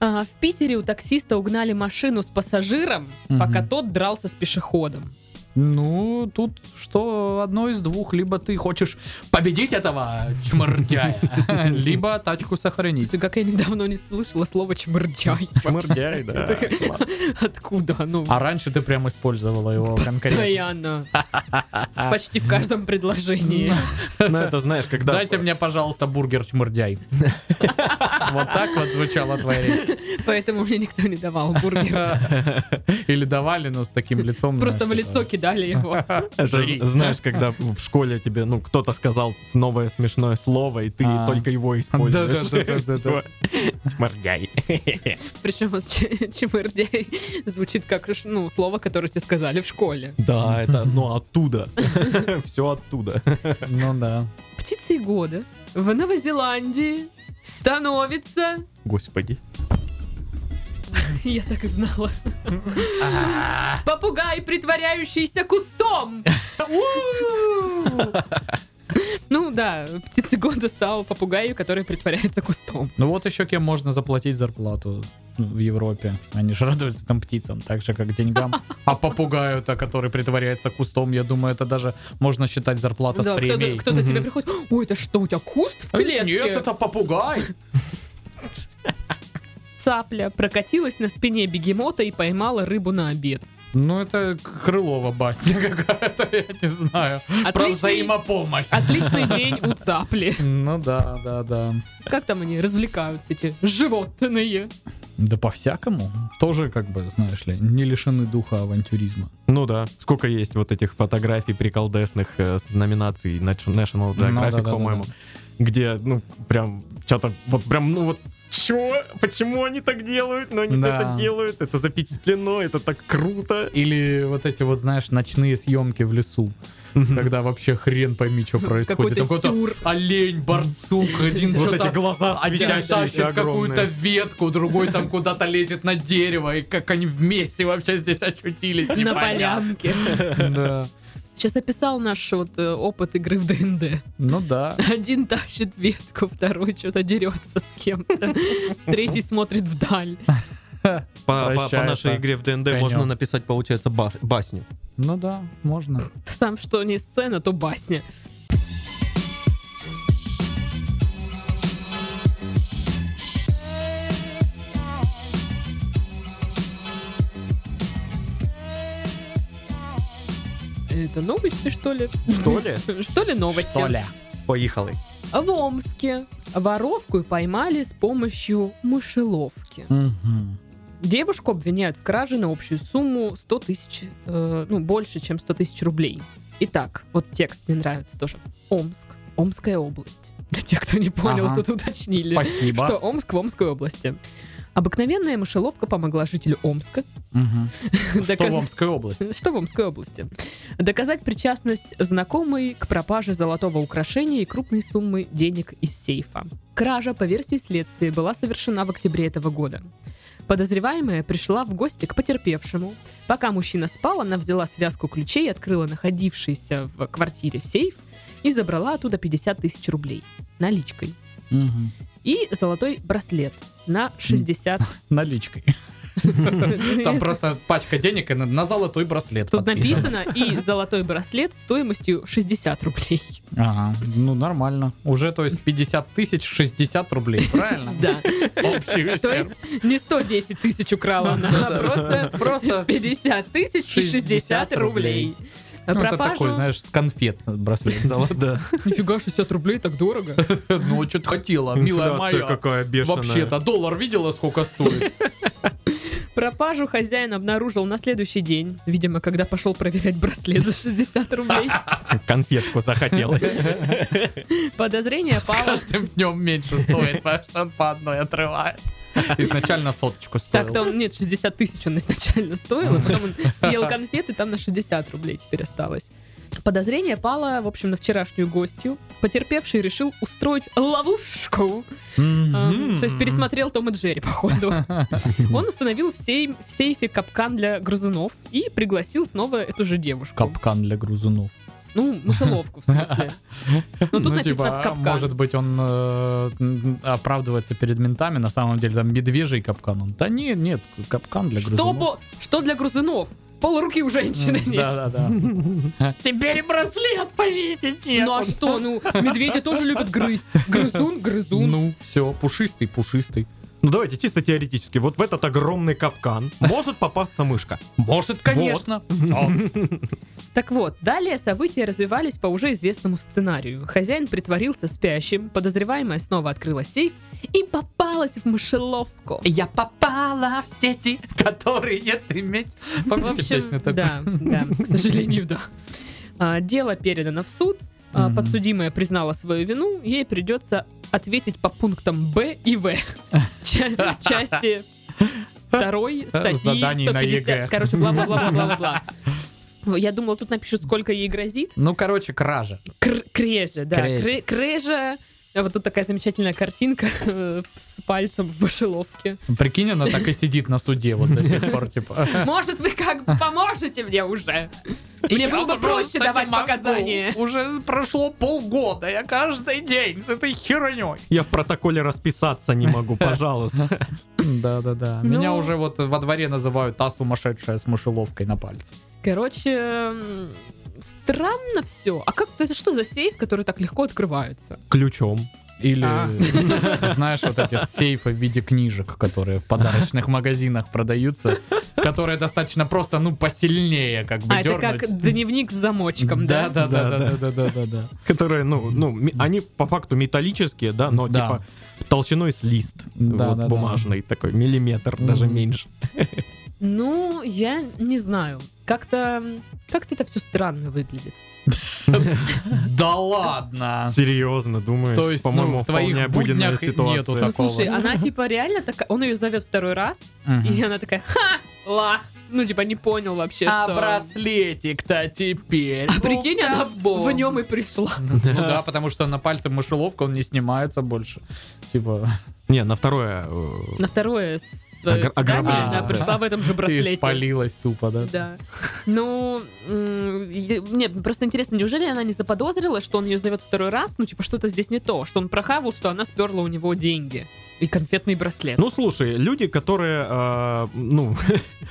Speaker 1: А, в Питере у таксиста угнали машину с пассажиром,
Speaker 3: Мгм.
Speaker 1: пока тот дрался с пешеходом.
Speaker 3: Ну, тут что одно из двух. Либо ты хочешь победить этого чмордяя, либо тачку сохранить.
Speaker 1: Слушай, Как я недавно не слышала слово чмырдяй.
Speaker 2: Шмырдяй, да. класс.
Speaker 1: Откуда оно?
Speaker 3: А раньше ты прям использовала его конкретно.
Speaker 1: Постоянно. Почти в каждом предложении.
Speaker 2: Ну это знаешь, когда...
Speaker 3: Дайте мне, пожалуйста, бургер чмордяй. Вот так вот звучала твоя речь.
Speaker 1: Поэтому мне никто не давал бургер.
Speaker 3: Или давали, но с таким лицом.
Speaker 1: Просто в
Speaker 3: знаешь,
Speaker 1: лицо
Speaker 3: типа,
Speaker 1: кидали его.
Speaker 2: Это
Speaker 3: Жри.
Speaker 2: знаешь, когда в школе тебе, ну, кто-то сказал новое смешное слово, и ты
Speaker 3: А.
Speaker 2: только его используешь.
Speaker 3: Да-да-да-да-да.
Speaker 2: Всё. Шмаргай.
Speaker 1: Причем чмырдей звучит как ну, слово, которое тебе сказали в школе.
Speaker 2: Да, это, ну, оттуда. Все оттуда.
Speaker 3: Ну да.
Speaker 1: Птицей года в Новозеландии становится...
Speaker 2: Господи.
Speaker 1: Я так и знала.
Speaker 3: А.
Speaker 1: Попугай, притворяющийся кустом! У-у-у. Ну да, птицей года стал попугаю, который притворяется кустом.
Speaker 3: Ну вот еще кем можно заплатить зарплату в Европе. Они же радуются там птицам, так же, как деньгам. А попугаю-то, который притворяется кустом, я думаю, это даже можно считать зарплата
Speaker 1: Да,
Speaker 3: с
Speaker 1: кто-то,
Speaker 3: премией.
Speaker 1: кто-то тебе приходит, ой, это что, у тебя куст в клетке?
Speaker 3: А Нет, это попугай.
Speaker 1: Цапля прокатилась на спине бегемота и поймала рыбу на обед.
Speaker 3: Ну, это Крылова басня какая-то, я не знаю. Про
Speaker 1: Отличный-
Speaker 3: взаимопомощь.
Speaker 1: Отличный день у цапли.
Speaker 3: Ну да, да, да.
Speaker 1: Как там они развлекаются, эти животные?
Speaker 3: Да по-всякому. Тоже, как бы, знаешь ли, не лишены духа авантюризма.
Speaker 2: Ну да, сколько есть вот этих фотографий приколдесных э, с номинаций Nat- National Geographic,
Speaker 3: да-да-да-да.
Speaker 2: по-моему, где, ну, прям, что-то, вот прям, ну вот, чё? Почему они так делают? Но они
Speaker 3: Да.
Speaker 2: это делают, это запечатлено, это так круто.
Speaker 3: Или вот эти вот, знаешь, ночные съемки в лесу. Когда вообще хрен пойми, что происходит. Там
Speaker 1: Какой-то
Speaker 3: Какой-то
Speaker 1: сюр.
Speaker 3: олень, барсук, один
Speaker 2: Вот
Speaker 3: что-то
Speaker 2: эти глаза
Speaker 3: один
Speaker 2: светящиеся
Speaker 3: тащит
Speaker 2: огромные.
Speaker 3: какую-то ветку, другой там куда-то лезет на дерево, и как они вместе вообще здесь очутились,
Speaker 1: На
Speaker 3: непонятно.
Speaker 1: полянке.
Speaker 3: Да.
Speaker 1: Сейчас описал наш вот э, опыт игры в ДНД.
Speaker 3: Ну да.
Speaker 1: Один тащит ветку, второй что-то дерется с кем-то, третий смотрит вдаль.
Speaker 2: По, по- по
Speaker 3: Прощается
Speaker 2: нашей игре в
Speaker 3: с
Speaker 2: ДНД
Speaker 3: конём.
Speaker 2: можно написать, получается, ба- басню.
Speaker 3: Ну да, можно.
Speaker 1: Там что не сцена, то басня. Это новости, что ли?
Speaker 2: Что ли?
Speaker 1: Что ли новости?
Speaker 2: Поехали.
Speaker 1: В Омске воровку поймали с помощью мышеловки. Девушку обвиняют в краже на общую сумму 100 тысяч, э, ну, больше, чем 100 тысяч рублей. Итак, вот текст мне нравится тоже. Омск, Омская область. Для тех, кто не понял,
Speaker 3: Ага.
Speaker 1: тут уточнили, что
Speaker 3: Спасибо.
Speaker 1: Омск в Омской области. Обыкновенная мышеловка помогла жителю Омска
Speaker 3: Мгм. Что
Speaker 1: доказ-
Speaker 3: в Омской области?
Speaker 1: что в Омской области? Доказать причастность знакомой к пропаже золотого украшения и крупной суммы денег из сейфа. Кража, по версии следствия, была совершена в октябре этого года. Подозреваемая пришла в гости к потерпевшему. Пока мужчина спал, она взяла связку ключей, открыла находившийся в квартире сейф и забрала оттуда 50 тысяч рублей наличкой.
Speaker 3: Мгм.
Speaker 1: И золотой браслет на 60...
Speaker 3: Наличкой. Там просто пачка денег и на- на золотой браслет
Speaker 1: Тут
Speaker 3: подписан.
Speaker 1: написано и золотой браслет стоимостью 60 рублей.
Speaker 3: Ага, ну нормально. Уже, то есть, 50 тысяч 60 рублей, правильно?
Speaker 1: Да.
Speaker 3: Общий
Speaker 1: То
Speaker 3: ущерб.
Speaker 1: есть не 110 тысяч украла она, а просто, просто 50 тысяч и 60
Speaker 3: 60
Speaker 1: рублей.
Speaker 3: рублей.
Speaker 1: А
Speaker 3: Ну, это такой, знаешь, с конфет браслет золотой.
Speaker 2: Да.
Speaker 1: Нифига, 60 рублей так дорого.
Speaker 3: Ну, что ты хотела, милая
Speaker 2: Инфляция
Speaker 3: моя.
Speaker 2: какая бешеная.
Speaker 3: Вообще-то, доллар видела, сколько стоит?
Speaker 1: Пропажу хозяин обнаружил на следующий день. Видимо, когда пошел проверять браслет за 60 рублей.
Speaker 2: Конфетку захотелось.
Speaker 1: Подозрение
Speaker 3: С
Speaker 1: пало...
Speaker 3: каждым днем меньше стоит, потому что он по одной отрывает. Изначально соточку стоил.
Speaker 1: Так-то он, нет, 60 тысяч он изначально стоил, а потом он съел конфеты, там на 60 рублей теперь осталось. Подозрение пало, в общем, на вчерашнюю гостью. Потерпевший решил устроить ловушку. Эм, То есть пересмотрел Том и Джерри, походу. Он установил в, сейм- в сейфе капкан для грызунов и пригласил снова эту же девушку.
Speaker 3: Капкан для грузунов.
Speaker 1: Ну, мышеловку, в смысле. Но тут
Speaker 3: Ну,
Speaker 1: написано
Speaker 3: типа,
Speaker 1: капкан.
Speaker 3: Может быть, он э, м, оправдывается перед ментами, на самом деле там медвежий капкан. Он, да нет, нет, капкан для Ну,
Speaker 1: Что,
Speaker 3: грузунов.
Speaker 1: по- что для грызунов? Пол руки у женщины нет.
Speaker 3: Да, да, да. Типа,
Speaker 1: Теперь браслет повесить нет. Ну а что, ну, медведи тоже любят грызть. Грызун, грызун.
Speaker 3: Ну, все, пушистый, пушистый.
Speaker 2: Ну давайте чисто теоретически. Вот в этот огромный капкан может попасться мышка.
Speaker 3: Может, конечно. Всё.
Speaker 1: Так вот, далее события развивались по уже известному сценарию. Хозяин притворился спящим, подозреваемая снова открыла сейф и попалась в мышеловку.
Speaker 3: Я попала в сети, которые ты иметь.
Speaker 1: В
Speaker 3: Помните
Speaker 1: общем,
Speaker 3: песню такую?
Speaker 1: да, да, к сожалению, да. А, Дело передано в суд, а,
Speaker 3: Мгм.
Speaker 1: подсудимая признала свою вину, ей придется ответить по пунктам Б и В. Ча- Части второй статьи
Speaker 3: Заданий на
Speaker 1: 150.
Speaker 3: ЕГЭ.
Speaker 1: Короче, бла-бла-бла-бла-бла-бла. Я думала, тут напишут, сколько ей грозит.
Speaker 3: Ну, короче, кража.
Speaker 1: Кр- крежа, да.
Speaker 3: Крежа.
Speaker 1: Кре- крежа. А Вот тут такая замечательная картинка э, с пальцем в мышеловке.
Speaker 3: Прикинь, она так и сидит на суде вот до сих пор, типа.
Speaker 1: Может, вы как бы поможете мне уже? Мне было бы проще давать показания.
Speaker 3: Уже прошло полгода, я каждый день с этой херней.
Speaker 2: Я в протоколе расписаться не могу, пожалуйста.
Speaker 3: Да-да-да.
Speaker 1: Ну.
Speaker 3: Меня уже вот во дворе называют та сумасшедшая с мышеловкой на пальце.
Speaker 1: Короче, м, странно все. А как это что за сейф, который так легко открывается?
Speaker 2: Ключом.
Speaker 3: Или,
Speaker 1: А.
Speaker 3: знаешь, вот эти сейфы в виде книжек, которые в подарочных магазинах продаются, которые достаточно просто, ну, посильнее как бы
Speaker 1: А это
Speaker 3: дернуть.
Speaker 1: как дневник с замочком, да?
Speaker 3: Да, да, да, да, да, да, да, да.
Speaker 2: Которые, ну, ну, ми- они по факту металлические, да, но
Speaker 3: Да.
Speaker 2: типа толщиной с лист.
Speaker 3: Да,
Speaker 2: Вот
Speaker 3: да, да.
Speaker 2: бумажный такой, миллиметр, даже
Speaker 3: Мгм.
Speaker 2: меньше.
Speaker 1: Ну, я не знаю. Как-то как-то это все странно выглядит.
Speaker 3: Да ладно.
Speaker 2: Серьезно, думаешь?
Speaker 3: А. То есть,
Speaker 2: по-моему,
Speaker 3: ну, в твоих
Speaker 2: вполне обыденная
Speaker 3: буднях и
Speaker 2: ситуация.
Speaker 3: нету
Speaker 1: Ну,
Speaker 3: так- Такого.
Speaker 1: слушай, она типа реально такая... Он ее зовет второй раз, и
Speaker 3: Мгм.
Speaker 1: она такая «Ха! Лах!» Ну, типа, не понял вообще, что...
Speaker 3: А браслетик-то теперь?
Speaker 1: А прикинь, она в,
Speaker 3: Бум-да-бум.
Speaker 1: нем и пришла.
Speaker 3: Ну да, потому что на пальце мышеловка, он не снимается больше. Типа,
Speaker 2: Не, на второе... э,
Speaker 1: На второе свое
Speaker 2: Огр- А,
Speaker 1: свидание
Speaker 2: ограбление,
Speaker 1: она
Speaker 3: да.
Speaker 1: пришла в этом же
Speaker 3: ты
Speaker 1: браслете.
Speaker 3: спалилась тупо, да?
Speaker 1: Да. Ну, м, я- мне просто интересно, неужели она не заподозрила, что он ее зовет второй раз? Ну, типа, что-то здесь не то, что он прохавал, что она сперла у него деньги и конфетный браслет.
Speaker 2: Ну, слушай, люди, которые, э, ну,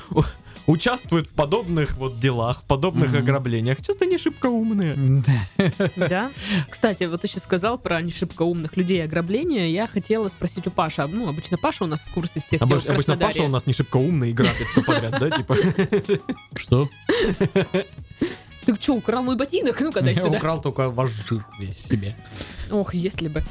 Speaker 2: у- участвуют в подобных вот делах, в подобных
Speaker 3: Мгм.
Speaker 2: ограблениях, часто не шибко умные.
Speaker 3: Да.
Speaker 1: Да. Кстати, вот ты сейчас сказал про не шибко умных людей и ограбления. Я хотела спросить у Паши. Ну, обычно Паша у нас в курсе всех дел в
Speaker 2: А Обычно, обычно
Speaker 1: Краснодаре.
Speaker 2: Паша у нас не шибко умный и грабит все подряд, да, типа?
Speaker 3: Что?
Speaker 1: Ты что, украл мой ботинок? Ну-ка, дай
Speaker 3: Я
Speaker 1: сюда.
Speaker 3: украл только ваш жир весь себе.
Speaker 1: Ох, если бы.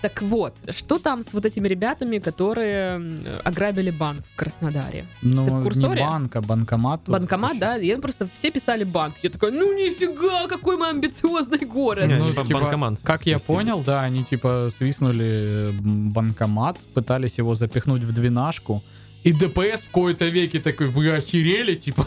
Speaker 1: Так вот, что там с вот этими ребятами, которые м, ограбили банк в Краснодаре?
Speaker 3: Ну,
Speaker 1: Ты в
Speaker 3: не
Speaker 1: курсоре?
Speaker 3: банк, а банкомат. вот
Speaker 1: Банкомат,
Speaker 3: вообще.
Speaker 1: да? Я просто все писали банк. Я такая, ну нифига, какой мы амбициозный город.
Speaker 3: ну,
Speaker 2: Не, они бан- банкомат
Speaker 3: Как я
Speaker 2: свистели.
Speaker 3: понял, да, они типа свистнули э, м, банкомат, пытались его запихнуть в двенашку. И ДПС в кои-то веки такой, вы охерели, типа,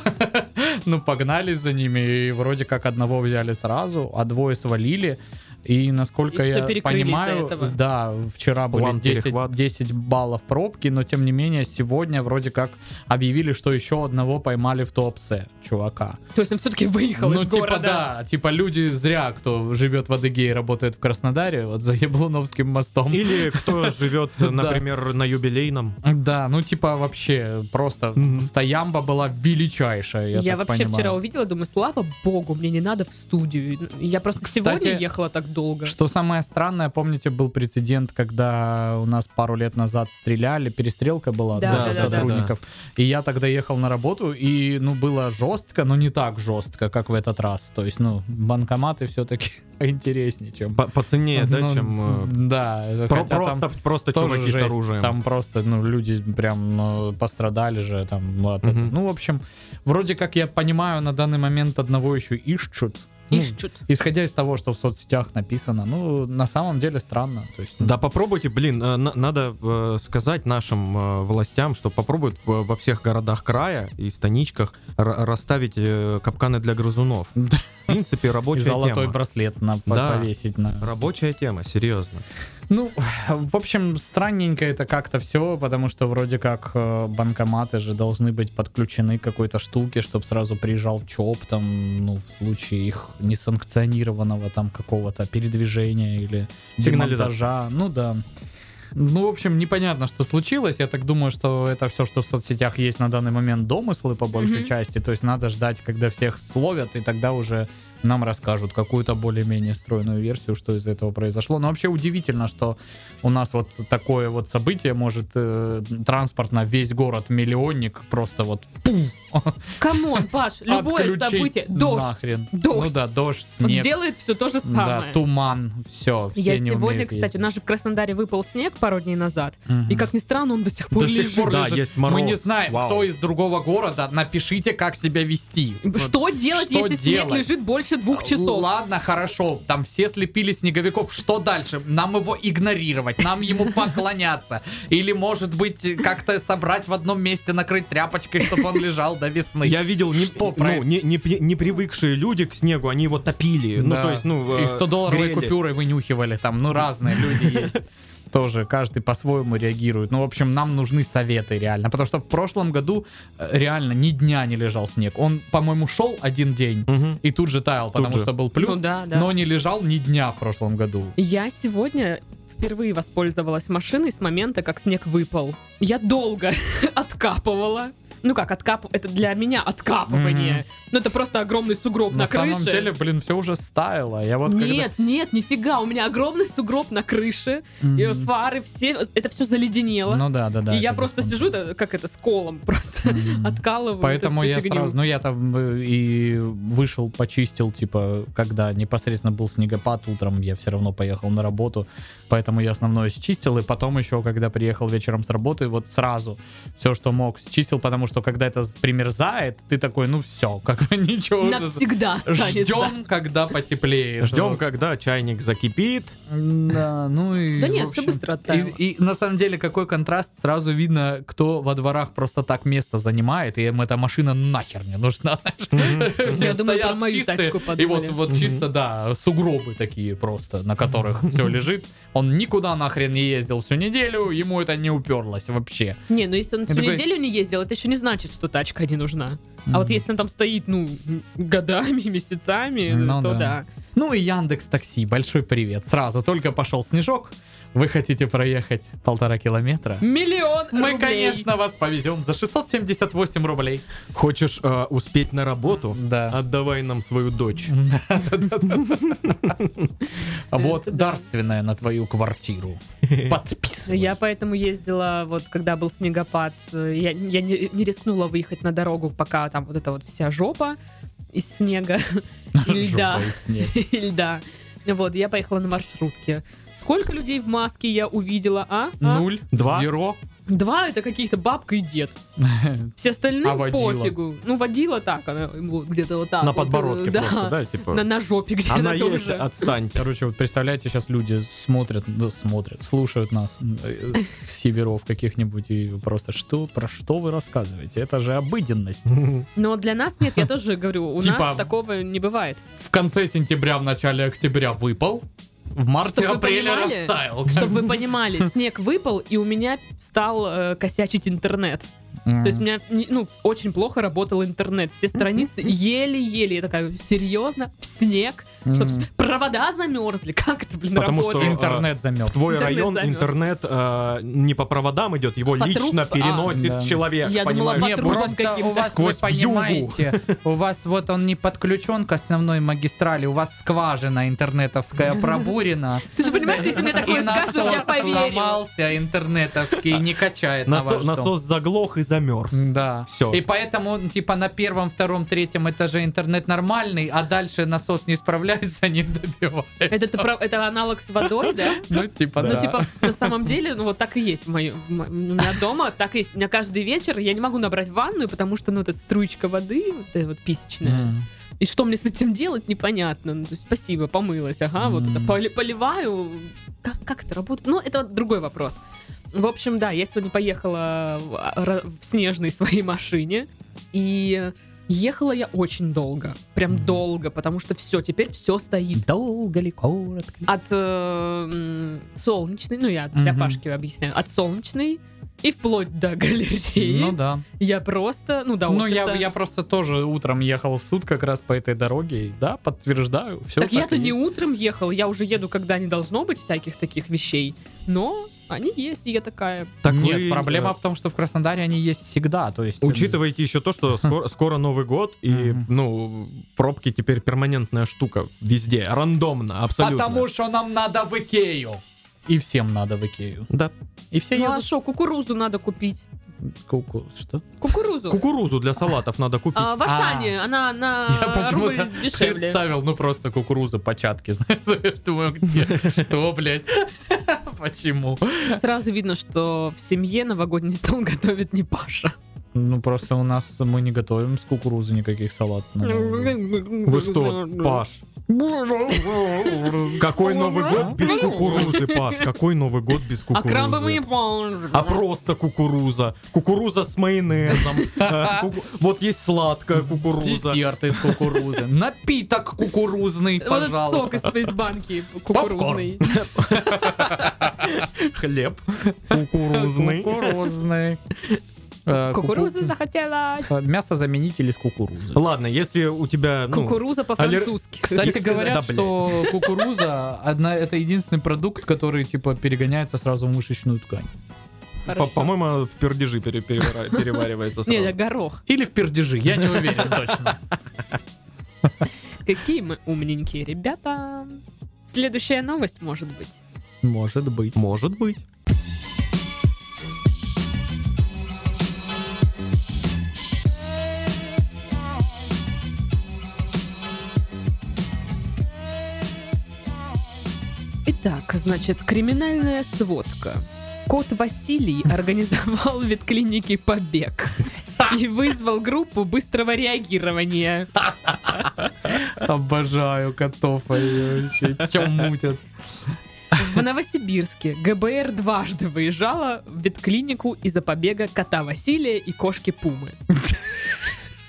Speaker 3: ну погнались за ними, и вроде как одного взяли сразу, а двое свалили. И насколько
Speaker 1: И всё
Speaker 3: я
Speaker 1: перекрыли из-за
Speaker 3: понимаю,
Speaker 1: этого.
Speaker 3: да, вчера были
Speaker 2: План
Speaker 3: 10,
Speaker 2: перехват.
Speaker 3: 10 баллов пробки, но тем не менее сегодня вроде как объявили, что еще одного поймали в топсе, чувака.
Speaker 1: То есть он все-таки выехал
Speaker 3: Ну,
Speaker 1: из
Speaker 3: типа,
Speaker 1: города.
Speaker 3: да, типа люди зря, кто живет в Адыгее и работает в Краснодаре, вот за Яблоновским мостом.
Speaker 2: Или кто живет,
Speaker 3: Да.
Speaker 2: например, на юбилейном.
Speaker 3: Да, ну типа вообще просто
Speaker 2: Мгм.
Speaker 3: стоямба была величайшая, я,
Speaker 1: Я,
Speaker 3: так
Speaker 1: вообще
Speaker 3: понимаю.
Speaker 1: вчера увидела, думаю, слава богу, мне не надо в студию. Я просто
Speaker 3: Кстати,
Speaker 1: сегодня ехала так долго.
Speaker 3: Что самое странное, помните, был прецедент, когда у нас пару лет назад стреляли, перестрелка была
Speaker 1: Да,
Speaker 3: да,
Speaker 1: да, да,
Speaker 3: сотрудников. И я тогда ехал на работу, и ну было жестко, но не так жестко, как в этот раз. То есть, ну, банкоматы все-таки интереснее, чем
Speaker 2: По, по цене, да,
Speaker 3: Ну,
Speaker 2: чем... э,
Speaker 3: Да, это
Speaker 2: про-
Speaker 3: хотя там
Speaker 2: просто, просто
Speaker 3: тоже
Speaker 2: чуваки с
Speaker 3: жесть.
Speaker 2: оружием.
Speaker 3: Там просто, ну, люди прям ну, пострадали же там. ну, от
Speaker 2: Мгм.
Speaker 3: этого. Ну, в общем, вроде как я понимаю, на данный момент одного еще ищут. Ну,
Speaker 1: Ищут.
Speaker 3: Исходя из того, что в соцсетях написано, ну, на самом деле странно. То есть, ну,
Speaker 2: Да попробуйте, блин, э, на- надо э, сказать нашим э, властям, что попробуют в- во всех городах края и станичках ра- расставить э, капканы для грызунов.
Speaker 3: Да.
Speaker 2: В принципе,
Speaker 3: и
Speaker 2: рабочая
Speaker 3: золотой
Speaker 2: тема.
Speaker 3: браслет на, по-
Speaker 2: Да.
Speaker 3: повесить на...
Speaker 2: Рабочая тема, серьезно.
Speaker 3: Ну, в общем, странненько это как-то все, потому что вроде как э, банкоматы же должны быть подключены к какой-то штуке, чтобы сразу приезжал ЧОП, там, ну, в случае их несанкционированного там какого-то передвижения или
Speaker 2: Сигнализация.
Speaker 3: демонтажа. Ну да. Ну, в общем, непонятно, что случилось. Я так думаю, что это все, что в соцсетях есть на данный момент, домыслы по большей
Speaker 1: Мгм.
Speaker 3: части. То есть надо ждать, когда всех словят, и тогда уже нам расскажут какую-то более-менее стройную версию, что из этого произошло. Но вообще удивительно, что у нас вот такое вот событие может э, транспорт на весь город миллионник просто вот
Speaker 1: Камон, Паш, любое
Speaker 3: отключить
Speaker 1: событие. Дождь.
Speaker 3: Нахрен.
Speaker 1: Дождь.
Speaker 3: Ну да, дождь,
Speaker 1: Он
Speaker 3: снег.
Speaker 1: делает все то же
Speaker 3: Да,
Speaker 1: самое.
Speaker 3: туман, все, все
Speaker 1: Я
Speaker 3: не
Speaker 1: сегодня,
Speaker 3: умеют
Speaker 1: кстати, у
Speaker 3: ездить.
Speaker 1: нас же в Краснодаре выпал снег пару дней назад.
Speaker 3: Мгм.
Speaker 1: И как ни странно, он до сих пор
Speaker 3: До сих
Speaker 1: лежит.
Speaker 3: пор
Speaker 2: Да,
Speaker 3: лежит.
Speaker 2: есть мороз.
Speaker 3: Мы не знаем,
Speaker 2: Вау.
Speaker 3: кто из другого города. Напишите, как себя вести.
Speaker 1: Что делать,
Speaker 3: Что
Speaker 1: если снег
Speaker 3: делать?
Speaker 1: лежит больше двух часов?
Speaker 3: Ладно, хорошо. Там все слепили снеговиков. Что дальше? Нам его игнорировать, нам ему поклоняться. Или, может быть, как-то собрать в одном месте, накрыть тряпочкой, чтобы он лежал до весны.
Speaker 2: Я видел не,
Speaker 3: Что
Speaker 2: ну,
Speaker 3: проис-
Speaker 2: не, не при- не привыкшие люди к снегу, они его топили. Ну,
Speaker 3: Да.
Speaker 2: то есть, ну,
Speaker 3: И
Speaker 2: э, грели.
Speaker 3: 100-долларовые купюры вынюхивали там. Ну, разные люди есть. Тоже каждый по-своему реагирует. Ну, в общем, нам нужны советы реально. Потому что в прошлом году э, реально ни дня не лежал снег. Он, по-моему, шел один день
Speaker 2: Мгм.
Speaker 3: и тут же таял, потому
Speaker 2: же.
Speaker 3: что был плюс.
Speaker 1: Ну да, да.
Speaker 3: Но не лежал ни дня в прошлом году.
Speaker 1: Я сегодня впервые воспользовалась машиной с момента, как снег выпал. Я долго откапывала. Ну как, откап... это для меня откапывание.
Speaker 3: Мгм.
Speaker 1: Ну это просто огромный сугроб на,
Speaker 3: На
Speaker 1: крыше.
Speaker 3: самом деле, блин, все уже стаяло. Я вот
Speaker 1: нет, нет, нифига, у меня огромный сугроб на крыше,
Speaker 3: когда...
Speaker 1: и
Speaker 3: Мгм.
Speaker 1: фары все, это все заледенело.
Speaker 3: Ну да, да, да.
Speaker 1: и я
Speaker 3: это
Speaker 1: просто
Speaker 3: беспонтанно.
Speaker 1: сижу, это- как это, с колом просто
Speaker 3: Мгм.
Speaker 1: откалываю. эту
Speaker 3: Поэтому
Speaker 1: всю
Speaker 3: я
Speaker 1: фигню.
Speaker 3: сразу, ну я там э, и вышел, почистил, типа, когда непосредственно был снегопад утром, я все равно поехал на работу, поэтому я основное счистил, и потом еще, когда приехал вечером с работы, вот сразу все, что мог, счистил, потому что когда это примерзает, ты такой, ну все, как бы ничего. уже-
Speaker 1: Навсегда останется.
Speaker 3: Ждем, когда потеплеет.
Speaker 2: Ждем, когда чайник закипит.
Speaker 3: Да, ну и...
Speaker 1: Да
Speaker 3: в
Speaker 1: нет, всё
Speaker 3: общем,
Speaker 1: быстро оттаяло.
Speaker 3: И, и на самом деле какой контраст, сразу видно, кто во дворах просто так место занимает, и им эта машина нахер не нужна. Все
Speaker 1: Я думаю,
Speaker 3: стоят
Speaker 1: про мою
Speaker 3: чистые,
Speaker 1: тачку
Speaker 3: И
Speaker 1: подумали.
Speaker 3: вот, вот чисто, да, сугробы такие просто, на которых все лежит. Он никуда нахрен не ездил всю неделю, ему это не уперлось вообще.
Speaker 1: Не, ну если он всю
Speaker 3: Это говорит-
Speaker 1: неделю не ездил, это еще не значит, что тачка не нужна. А вот если он там стоит, ну, годами, месяцами,
Speaker 3: Ну
Speaker 1: то
Speaker 3: да.
Speaker 1: да.
Speaker 3: Ну и Яндекс Такси, большой привет. Сразу только пошел снежок, вы хотите проехать полтора километра?
Speaker 1: Миллион
Speaker 3: Мы,
Speaker 1: рублей.
Speaker 3: конечно, вас повезем за 678 рублей.
Speaker 2: Хочешь э, успеть на работу?
Speaker 3: Да.
Speaker 2: Отдавай нам свою дочь.
Speaker 3: Вот дарственная на твою квартиру. Подписывай.
Speaker 1: Я поэтому ездила, вот когда был снегопад, э, я, я не, не рискнула выехать на дорогу, пока там вот эта вот вся жопа из снега и льда.
Speaker 3: Жопа и снег.
Speaker 1: И льда. Вот, я поехала на маршрутке. Сколько людей в маске я увидела, а? А?
Speaker 2: Ну,
Speaker 3: Нуль,
Speaker 2: Два.
Speaker 3: зеро.
Speaker 1: Два это каких-то бабка и дед. Все остальные
Speaker 3: А водила?
Speaker 1: пофигу. Ну, водила так, она вот где-то вот так.
Speaker 2: На
Speaker 1: вот,
Speaker 2: подбородке
Speaker 1: э, да.
Speaker 2: просто, да, типа.
Speaker 1: На, на жопе где-то
Speaker 2: Она
Speaker 1: тоже.
Speaker 2: есть, а? отстань.
Speaker 3: Короче, вот представляете, сейчас люди смотрят, ну, смотрят, слушают нас э, э, с северов каких-нибудь и просто что, про что вы рассказываете? Это же обыденность.
Speaker 1: Но для нас нет, я тоже говорю, у
Speaker 3: Типа-
Speaker 1: нас такого не бывает.
Speaker 3: В конце сентября, в начале октября выпал, в
Speaker 1: Чтоб вы
Speaker 3: марте-апреле
Speaker 1: понимали,
Speaker 3: растаял.
Speaker 1: Чтобы вы понимали, снег выпал, и у меня стал э, косячить интернет. То есть у меня не- ну, очень плохо работал интернет. Все страницы еле-еле. Я такая, серьезно? В снег? Чтоб
Speaker 3: Мгм.
Speaker 1: с- провода замерзли? Как это, блин,
Speaker 2: Потому что
Speaker 1: работает?
Speaker 3: Интернет замел.
Speaker 2: Твой
Speaker 1: Интернет
Speaker 2: район,
Speaker 1: замёрз.
Speaker 2: интернет э, не по проводам идет, его
Speaker 1: По
Speaker 2: лично
Speaker 1: труб- а,
Speaker 2: переносит
Speaker 3: да.
Speaker 2: человек,
Speaker 1: Я думала,
Speaker 2: понимаешь?
Speaker 1: по трубам
Speaker 2: Просто-
Speaker 1: каким-то.
Speaker 2: Сквозь вьюгу.
Speaker 3: у вас вот он не подключен к основной магистрали, у вас скважина интернетовская пробурена.
Speaker 1: Ты же понимаешь, если мне такое
Speaker 3: И
Speaker 1: скажут, я
Speaker 3: насос
Speaker 1: поверю.
Speaker 3: сломался интернетовский, не качает на
Speaker 2: Насо-
Speaker 3: ваш дом.
Speaker 2: насос заглох и замерз.
Speaker 3: Да.
Speaker 2: Всё.
Speaker 3: И поэтому, типа, на первом, втором, третьем этаже интернет нормальный, а дальше насос не справляется, не добивает.
Speaker 1: Это, ты прав- это аналог с водой, да?
Speaker 3: Ну, типа,
Speaker 1: Ну, типа, на самом деле, ну, вот так и есть. в моё- в мо- у меня дома так и есть. У меня каждый вечер я не могу набрать ванную, потому что, ну, вот эта струечка воды, вот эта вот писечная. И что мне с этим делать, непонятно. Ну, то есть, спасибо, помылась, ага, вот это
Speaker 3: М.
Speaker 1: поли- поливаю. Как, как это работает? Ну, это другой вопрос. В общем, да, я сегодня поехала в, а, ра- в снежной своей машине, и ехала я очень долго, прям
Speaker 3: Мгм.
Speaker 1: долго, потому что все, теперь все стоит
Speaker 3: Долго ли, коротко
Speaker 1: от э, м, солнечной, ну я для
Speaker 3: Мгм.
Speaker 1: Пашки объясняю, от солнечной и вплоть до галереи.
Speaker 3: Ну, да.
Speaker 1: Я просто, ну до
Speaker 3: ну,
Speaker 1: офиса.
Speaker 3: я, я просто тоже утром ехал в суд как раз по этой дороге, и да, подтверждаю, все
Speaker 1: так я-то не утром ехал, я уже еду, когда не должно быть всяких таких вещей. Но Они есть, и я такая.
Speaker 2: Так
Speaker 3: Нет,
Speaker 2: вы,
Speaker 3: проблема
Speaker 2: э,
Speaker 3: в том, что в Краснодаре они есть всегда. То есть, эм,
Speaker 2: Учитывайте еще то, что скоро, скоро Новый год, и,
Speaker 3: Мгм.
Speaker 2: ну, пробки теперь перманентная штука везде,
Speaker 1: А
Speaker 2: рандомно, абсолютно.
Speaker 3: Потому что нам надо в Икею. И всем надо в Икею.
Speaker 2: Да.
Speaker 3: И все
Speaker 1: Ну а
Speaker 3: едут.
Speaker 1: что, кукурузу надо купить?
Speaker 3: Ку-ку, Что?
Speaker 1: Кукурузу.
Speaker 2: Кукурузу для салатов надо купить.
Speaker 1: А, в Ашане она
Speaker 3: Я
Speaker 1: на
Speaker 3: почему-то
Speaker 1: А, рубль дешевле.
Speaker 3: представил, ну просто кукуруза початки, знаешь, думаю, где, что, блядь, почему?
Speaker 1: Сразу видно, что в семье новогодний стол готовит не Паша.
Speaker 3: Ну просто у нас мы не готовим с кукурузы никаких салат.
Speaker 2: Вы
Speaker 1: Вы
Speaker 2: что, Паш?
Speaker 1: Ну,
Speaker 2: Какой Новый год без кукурузы, Паш? Какой Новый год без
Speaker 1: А
Speaker 2: кукурузы?
Speaker 1: крабы мы не
Speaker 2: А просто кукуруза. Кукуруза с майонезом. Э, ку- Вот есть сладкая кукуруза.
Speaker 3: Десерт из кукурузы. Напиток кукурузный,
Speaker 1: Вот этот сок из
Speaker 3: пожалуйста.
Speaker 1: твоей банки кукурузный.
Speaker 2: Хлеб. Кукурузный.
Speaker 3: Кукурузный. Кукурузный. Э, куку-
Speaker 1: Кукурузы захотела.
Speaker 3: э, Мясозаменитель из кукурузы.
Speaker 2: Ладно, если у тебя... ну,
Speaker 1: Кукуруза по-французски.
Speaker 3: Кстати,
Speaker 1: Так
Speaker 3: говорят,
Speaker 2: Да, блядь.
Speaker 3: что кукуруза одна, это единственный продукт, который типа перегоняется сразу в мышечную ткань.
Speaker 1: сказать.
Speaker 2: по-
Speaker 1: Хорошо.
Speaker 2: По-моему, в пердежи пере- перевара- переваривается
Speaker 1: Не, это
Speaker 2: сразу.
Speaker 1: горох.
Speaker 3: Или в пердежи, я не уверен точно.
Speaker 1: Какие мы умненькие ребята. Следующая новость, может быть.
Speaker 3: Может быть.
Speaker 2: Может быть.
Speaker 1: Итак, значит, криминальная сводка. Кот Василий организовал в ветклинике побег и вызвал группу быстрого реагирования.
Speaker 3: Обожаю котов, они вообще чем мутят.
Speaker 1: В Новосибирске ГБР дважды выезжала в ветклинику из-за побега кота Василия и кошки Пумы.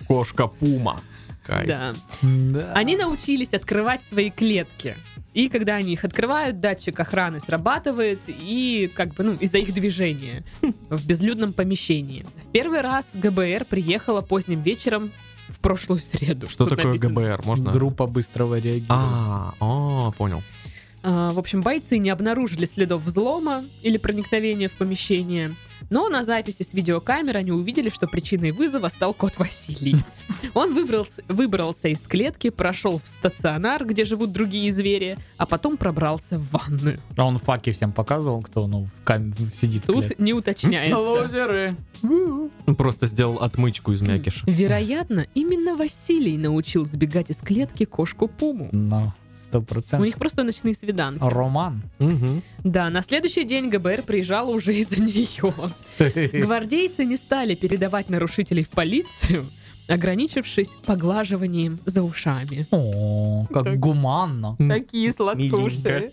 Speaker 2: Кошка Пума. Кайф.
Speaker 1: Да.
Speaker 3: Да.
Speaker 1: Они научились открывать свои клетки. И когда они их открывают, датчик охраны срабатывает, и как бы, ну, из-за их движения в безлюдном помещении. В первый раз ГБР приехала поздним вечером в прошлую среду.
Speaker 2: Что
Speaker 1: Тут
Speaker 2: такое
Speaker 1: написано.
Speaker 2: ГБР? Можно?
Speaker 3: Группа быстрого реагирования.
Speaker 2: А, а, понял.
Speaker 1: А, в общем, бойцы не обнаружили следов взлома или проникновения в помещение. Но на записи с видеокамер они увидели, что причиной вызова стал кот Василий. Он выбрался, выбрался из клетки, прошел в стационар, где живут другие звери, а потом пробрался в ванную.
Speaker 3: А он факи всем показывал, кто ну, в кам... в- сидит. в клетке.
Speaker 1: Тут не уточняется.
Speaker 3: Лузеры.
Speaker 2: Он Просто сделал отмычку из мякиша.
Speaker 1: Вероятно, именно Василий научил сбегать из клетки кошку Пуму.
Speaker 3: Ну, сто
Speaker 1: У
Speaker 3: процентов.
Speaker 1: них просто ночные свиданки.
Speaker 3: Роман.
Speaker 2: Мгм.
Speaker 1: Да, на следующий день ГБР приезжала уже из-за нее. Гвардейцы не стали передавать нарушителей в полицию, ограничившись поглаживанием за ушами.
Speaker 3: О,
Speaker 1: Так.
Speaker 3: как гуманно.
Speaker 1: Такие
Speaker 2: сладкуши.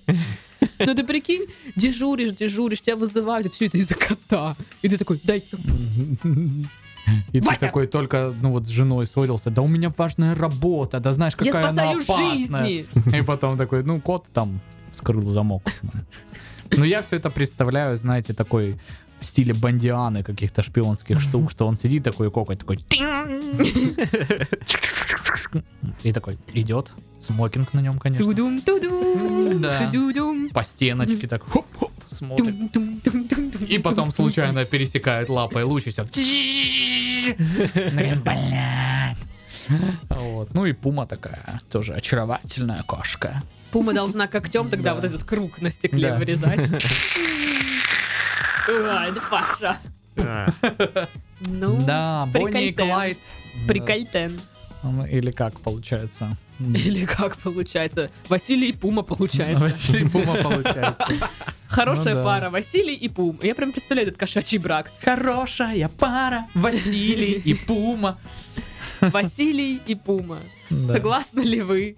Speaker 1: Ну ты прикинь, дежуришь, дежуришь, тебя вызывают, и все это из-за кота. И ты такой, дай
Speaker 3: И ты
Speaker 1: Вася!
Speaker 3: такой только, ну вот с женой ссорился. Да у меня важная работа, да знаешь,
Speaker 1: я
Speaker 3: какая она
Speaker 1: спасаю
Speaker 3: опасная.
Speaker 1: жизни.
Speaker 3: И потом такой, ну кот там вскрыл замок. Но я все это представляю, знаете, такой в стиле бандианы каких-то шпионских штук, что он сидит такой и кокает, такой «Тинь». и такой идет, смокинг на нем, конечно,
Speaker 1: Тудум, тудум,
Speaker 3: Да.
Speaker 1: тудум,
Speaker 3: по стеночке так хоп-хоп смотрит.
Speaker 1: тум, тум, тум, тум, тум.
Speaker 3: И потом случайно пересекает лапой луч и всё. Такая, «Блядь». Вот. Ну и пума такая, тоже очаровательная кошка.
Speaker 1: Пума должна когтем тогда вот этот круг на стекле
Speaker 3: Да.
Speaker 1: вырезать. Ай, да Паша. Ну,
Speaker 3: Да, Бонни и
Speaker 1: прикольтен.
Speaker 3: Клайд.
Speaker 1: Прикольтен.
Speaker 3: Ну, Или как получается?
Speaker 1: Или как получается? Василий и Пума получается.
Speaker 3: Василий Пума получается.
Speaker 1: Хорошая
Speaker 3: Ну да.
Speaker 1: пара, Василий и Пум. Я прям представляю этот кошачий брак.
Speaker 3: Хорошая пара, Василий и Пума.
Speaker 1: Василий и Пума.
Speaker 3: Да.
Speaker 1: Согласны ли вы?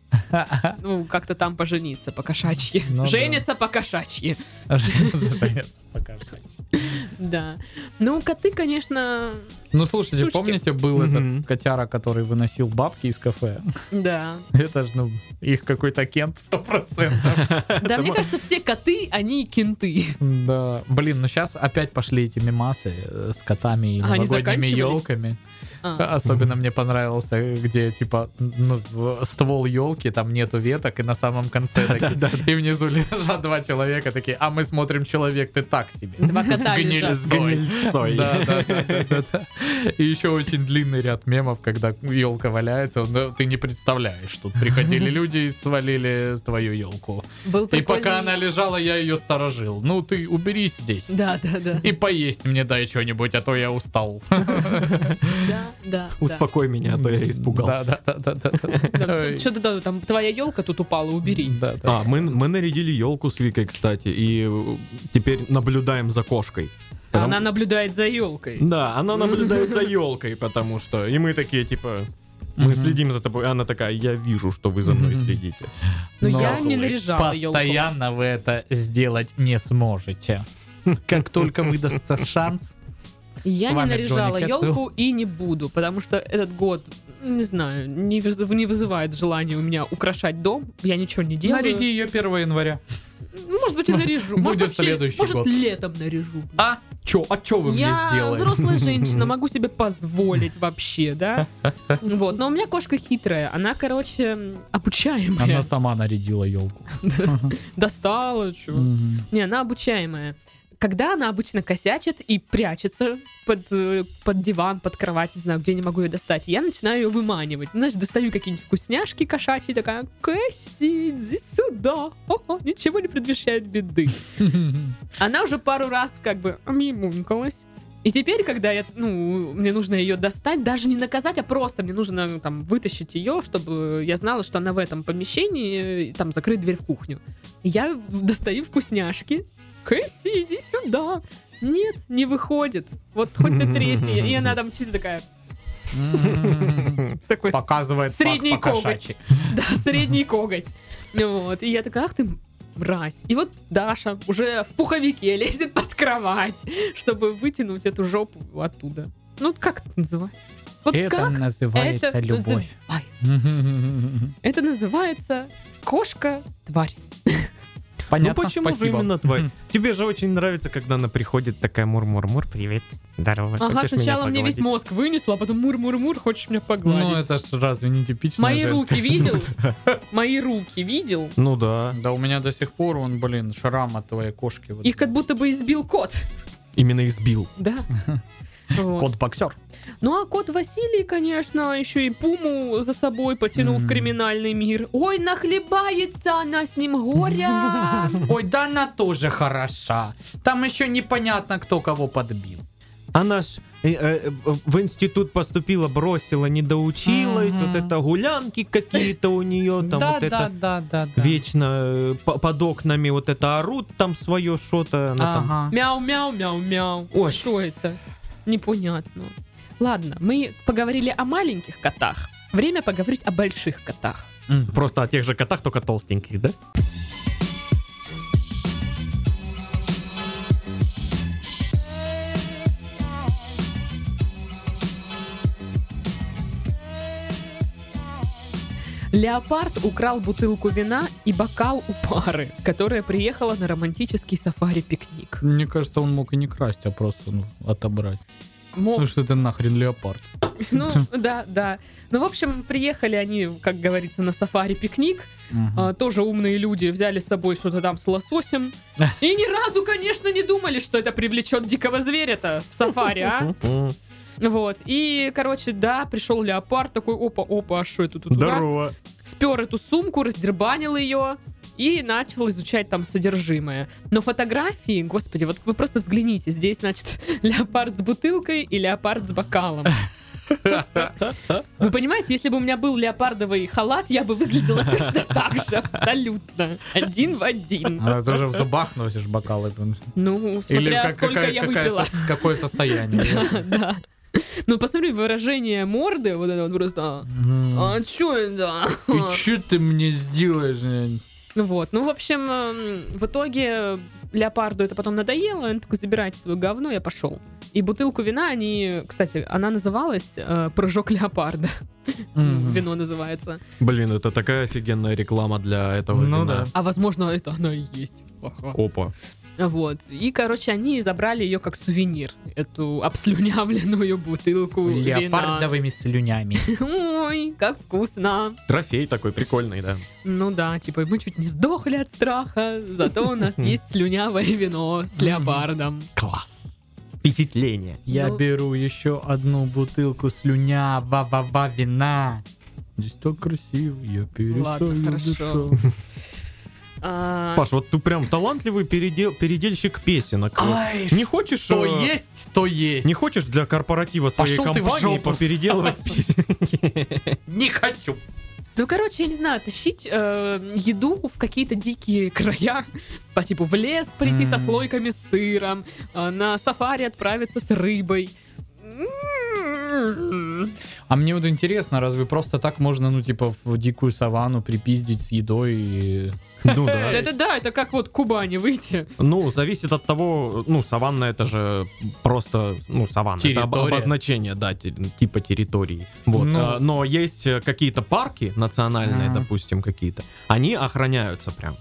Speaker 1: Ну, как-то там пожениться по-кошачьи.
Speaker 3: Ну да.
Speaker 1: Жениться по-кошачьи.
Speaker 3: Аж запонятся, покажу.
Speaker 1: Да. Ну, коты, конечно,
Speaker 3: Ну, слушайте,
Speaker 1: Сучки.
Speaker 3: помните, был
Speaker 2: Мгм.
Speaker 3: этот котяра, который выносил бабки из кафе?
Speaker 1: Да.
Speaker 3: Это ж, ну, их какой-то кент сто процентов.
Speaker 1: Да, мне кажется, все коты, они кенты.
Speaker 3: Да. Блин, ну сейчас опять пошли эти мемасы э, с котами и
Speaker 1: А, они
Speaker 3: новогодними
Speaker 1: заканчивались?
Speaker 3: елками.
Speaker 1: А,
Speaker 3: Особенно мне понравился, где типа ну, в- ствол елки, там нету веток, и на самом конце такие, и внизу лежат два человека такие, а мы смотрим человек, ты так себе.
Speaker 1: Два кота
Speaker 3: А, Сгнили
Speaker 1: лежат.
Speaker 3: с Да, да, да, да, да, да. И еще очень длинный ряд мемов, когда елка валяется, ну, ты не представляешь, тут приходили люди и свалили твою елку.
Speaker 1: Был
Speaker 3: И
Speaker 1: прикольный-
Speaker 3: пока она лежала, я ее сторожил. Ну ты уберись здесь.
Speaker 1: Да, да, да.
Speaker 3: И поесть мне дай что-нибудь, а то я устал.
Speaker 1: Да, да, да.
Speaker 2: Успокой меня, а то я испугался.
Speaker 3: Да, да, да, да,
Speaker 1: Там, Что ты да, там твоя елка тут упала, убери.
Speaker 3: Да,
Speaker 2: А, мы, мы нарядили елку с Викой, кстати, и э, теперь наблюдаем за кошкой.
Speaker 1: А
Speaker 2: Потому-
Speaker 1: Она наблюдает за елкой.
Speaker 2: Да, она наблюдает за елкой, потому что. И мы такие, типа, мы следим за тобой. Она такая, я вижу, что вы за мной следите.
Speaker 1: Но
Speaker 3: Но
Speaker 1: Ну, я не
Speaker 3: вы
Speaker 1: наряжала елку.
Speaker 3: Постоянно вы это сделать не сможете. Как только выдастся шанс.
Speaker 1: Я
Speaker 3: С
Speaker 1: не
Speaker 3: вами
Speaker 1: наряжала
Speaker 3: Джонни
Speaker 1: елку и не буду, потому что этот год, ну, не знаю, не, выз- не вызывает желания у меня украшать дом. Я ничего не делаю. Ну,
Speaker 3: Наряди ее 1 января.
Speaker 1: Может быть, и наряжу. Может,
Speaker 3: Будет
Speaker 1: вообще-
Speaker 3: следующий
Speaker 1: может,
Speaker 3: год.
Speaker 1: летом наряжу.
Speaker 3: А? Чё? А чё вы
Speaker 1: Я
Speaker 3: мне сделали?
Speaker 1: взрослая женщина, могу себе позволить вообще, да? Вот, но у меня кошка хитрая. Она, короче, м, обучаемая.
Speaker 3: Она сама нарядила елку.
Speaker 1: Достала, чего. Не, она обучаемая. Когда она обычно косячит и прячется под, э, под диван, под кровать, не знаю, где не могу ее достать, я начинаю ее выманивать. Ну, Значит, достаю какие-нибудь вкусняшки кошачьи, такая, Кэсси, иди сюда. О-о, ничего не предвещает беды. Она уже пару раз как бы мимунькалась. И теперь, когда я, ну, мне нужно ее достать, даже не наказать, а просто мне нужно ну, там вытащить ее, чтобы я знала, что она в этом помещении, и там закрыть дверь в кухню. И Я в- достаю вкусняшки. Кэсси, иди сюда. Нет, не выходит. Вот хоть ты тресни. И она там чисто такая, такой с-
Speaker 3: Показывает
Speaker 1: Средний
Speaker 3: пак по-кошачьи.
Speaker 1: да, средний коготь. Ну Вот. И я такая, ах ты мразь. И вот Даша уже в пуховике лезет под кровать, чтобы вытянуть эту жопу оттуда. Ну, как это называется? Вот
Speaker 3: Это
Speaker 1: как
Speaker 3: называется
Speaker 1: это
Speaker 3: любовь.
Speaker 1: называется?
Speaker 3: Ну,
Speaker 1: Это называется кошка-тварь.
Speaker 3: Понятно,
Speaker 2: ну почему же
Speaker 3: спасибо.
Speaker 2: именно твой? Тебе же очень нравится, когда она приходит такая мур-мур-мур, привет, здорово.
Speaker 1: Ага,
Speaker 2: хочешь меня
Speaker 1: сначала мне весь
Speaker 2: погладить?»
Speaker 1: мозг вынесло, а потом мур-мур-мур, хочешь меня погладить.
Speaker 3: Ну это ж разве не типично
Speaker 1: Мои руки видел? Мои руки видел?
Speaker 2: Ну да,
Speaker 3: Да у меня до сих пор, он, блин, шрам от твоей кошки. вот.
Speaker 1: Их как будто бы избил кот.
Speaker 2: именно избил.
Speaker 1: Да. Вот.
Speaker 3: Кот-боксер.
Speaker 1: Ну а кот Василий, конечно, еще и Пуму за собой потянул в
Speaker 3: Мгм.
Speaker 1: криминальный мир. Ой, нахлебается она с ним горя.
Speaker 3: Ой, да она тоже хороша. Там еще непонятно, кто кого подбил.
Speaker 2: Она ж э, э, э, в институт поступила, бросила, не доучилась,
Speaker 3: Мгм.
Speaker 2: вот это гулянки какие-то у нее, там
Speaker 3: да,
Speaker 2: вот
Speaker 3: да,
Speaker 2: это...
Speaker 3: да, да, да.
Speaker 2: Вечно э, по- под окнами вот это орут там свое что-то, она там
Speaker 3: Ага.
Speaker 1: Мяу-мяу-мяу-мяу.
Speaker 2: Ой.
Speaker 1: Что это? Непонятно. Ладно, мы поговорили о маленьких котах. Время поговорить о больших котах.
Speaker 3: М.
Speaker 2: Просто о тех же котах, только толстеньких, да?
Speaker 1: Леопард украл бутылку вина и бокал у пары, которая приехала на романтический сафари-пикник.
Speaker 3: Мне кажется, он мог и не красть, а просто ну, отобрать.
Speaker 1: Мог
Speaker 3: Ну что это нахрен леопард?
Speaker 1: Ну, да, да. Ну, в общем, приехали они, как говорится, на сафари-пикник. А, Тоже умные люди взяли с собой что-то там с лососем. И ни разу, конечно, не думали, что это привлечет дикого зверя-то в сафари, а?
Speaker 2: М.
Speaker 1: Вот. И, короче, да, пришел леопард такой, опа-опа, а что это тут у нас?
Speaker 2: Здорово.
Speaker 1: спер эту сумку, раздербанил ее и начал изучать там содержимое. Но фотографии, господи, вот вы просто взгляните, здесь, значит, леопард с бутылкой и леопард с бокалом. Вы понимаете, если бы у меня был леопардовый халат, я бы выглядела точно так же, абсолютно. Один в один.
Speaker 3: А ты уже в зубах носишь бокалы. блин.
Speaker 1: Ну, смотря
Speaker 3: как-
Speaker 1: сколько
Speaker 3: какая-
Speaker 1: я
Speaker 3: какая
Speaker 1: выпила.
Speaker 3: со- какое состояние.
Speaker 1: Да. Ну, посмотри, выражение морды, вот это вот просто...
Speaker 3: Мгм.
Speaker 1: А, чё это?
Speaker 3: И что ты мне сделаешь?
Speaker 1: Вот. Ну, в общем, эм, в итоге леопарду это потом надоело, и он такой, забирайте свое говно, я пошел. И бутылку вина они... Кстати, она называлась э, «Прыжок леопарда».
Speaker 3: Мгм.
Speaker 1: Вино называется.
Speaker 2: Блин, это такая офигенная реклама для этого
Speaker 3: Ну
Speaker 2: вина.
Speaker 3: да.
Speaker 1: А, возможно, это она и есть. Ха-ха.
Speaker 2: Опа.
Speaker 1: Вот. И, короче, они забрали ее как сувенир. Эту обслюнявленную бутылку вина.
Speaker 4: Леопардовыми слюнями.
Speaker 1: Ой, как вкусно.
Speaker 2: Трофей такой прикольный, да.
Speaker 1: Ну да, типа мы чуть не сдохли от страха, зато у нас есть слюнявое вино с леопардом.
Speaker 2: Класс. Впечатление.
Speaker 4: Я
Speaker 1: Ну.
Speaker 4: беру еще одну бутылку слюнявого вина.
Speaker 3: Здесь так красиво, я
Speaker 1: Ладно,
Speaker 3: перестаю
Speaker 1: хорошо.
Speaker 3: дышать.
Speaker 1: А,
Speaker 2: Паш, вот ты прям талантливый передел- передельщик песенок.
Speaker 3: Ай,
Speaker 2: не хочешь...
Speaker 3: Что
Speaker 2: э,
Speaker 3: есть, то есть.
Speaker 2: Не хочешь для корпоратива своей
Speaker 3: Пошел ты в
Speaker 2: компании
Speaker 3: жопу.
Speaker 2: попеределывать песни?
Speaker 3: Не хочу.
Speaker 1: Ну, короче, я не знаю, тащить э, еду в какие-то дикие края, по типу в лес прийти со
Speaker 3: М.
Speaker 1: слойками с сыром, э, на сафари отправиться с рыбой. М-м-м.
Speaker 3: А мне вот интересно, разве просто так можно, ну, типа, в дикую саванну припиздить с едой и...
Speaker 2: Ну да.
Speaker 1: Это да, это как вот к Кубани выйти.
Speaker 2: Ну, зависит от того, ну, саванна это же просто, ну, саванна, это об-
Speaker 3: Территория.
Speaker 2: обозначение, да, те- типа территории. Вот.
Speaker 3: Ну.
Speaker 2: А, Но есть э, какие-то парки национальные,
Speaker 3: А.
Speaker 2: допустим, какие-то, они охраняются прям.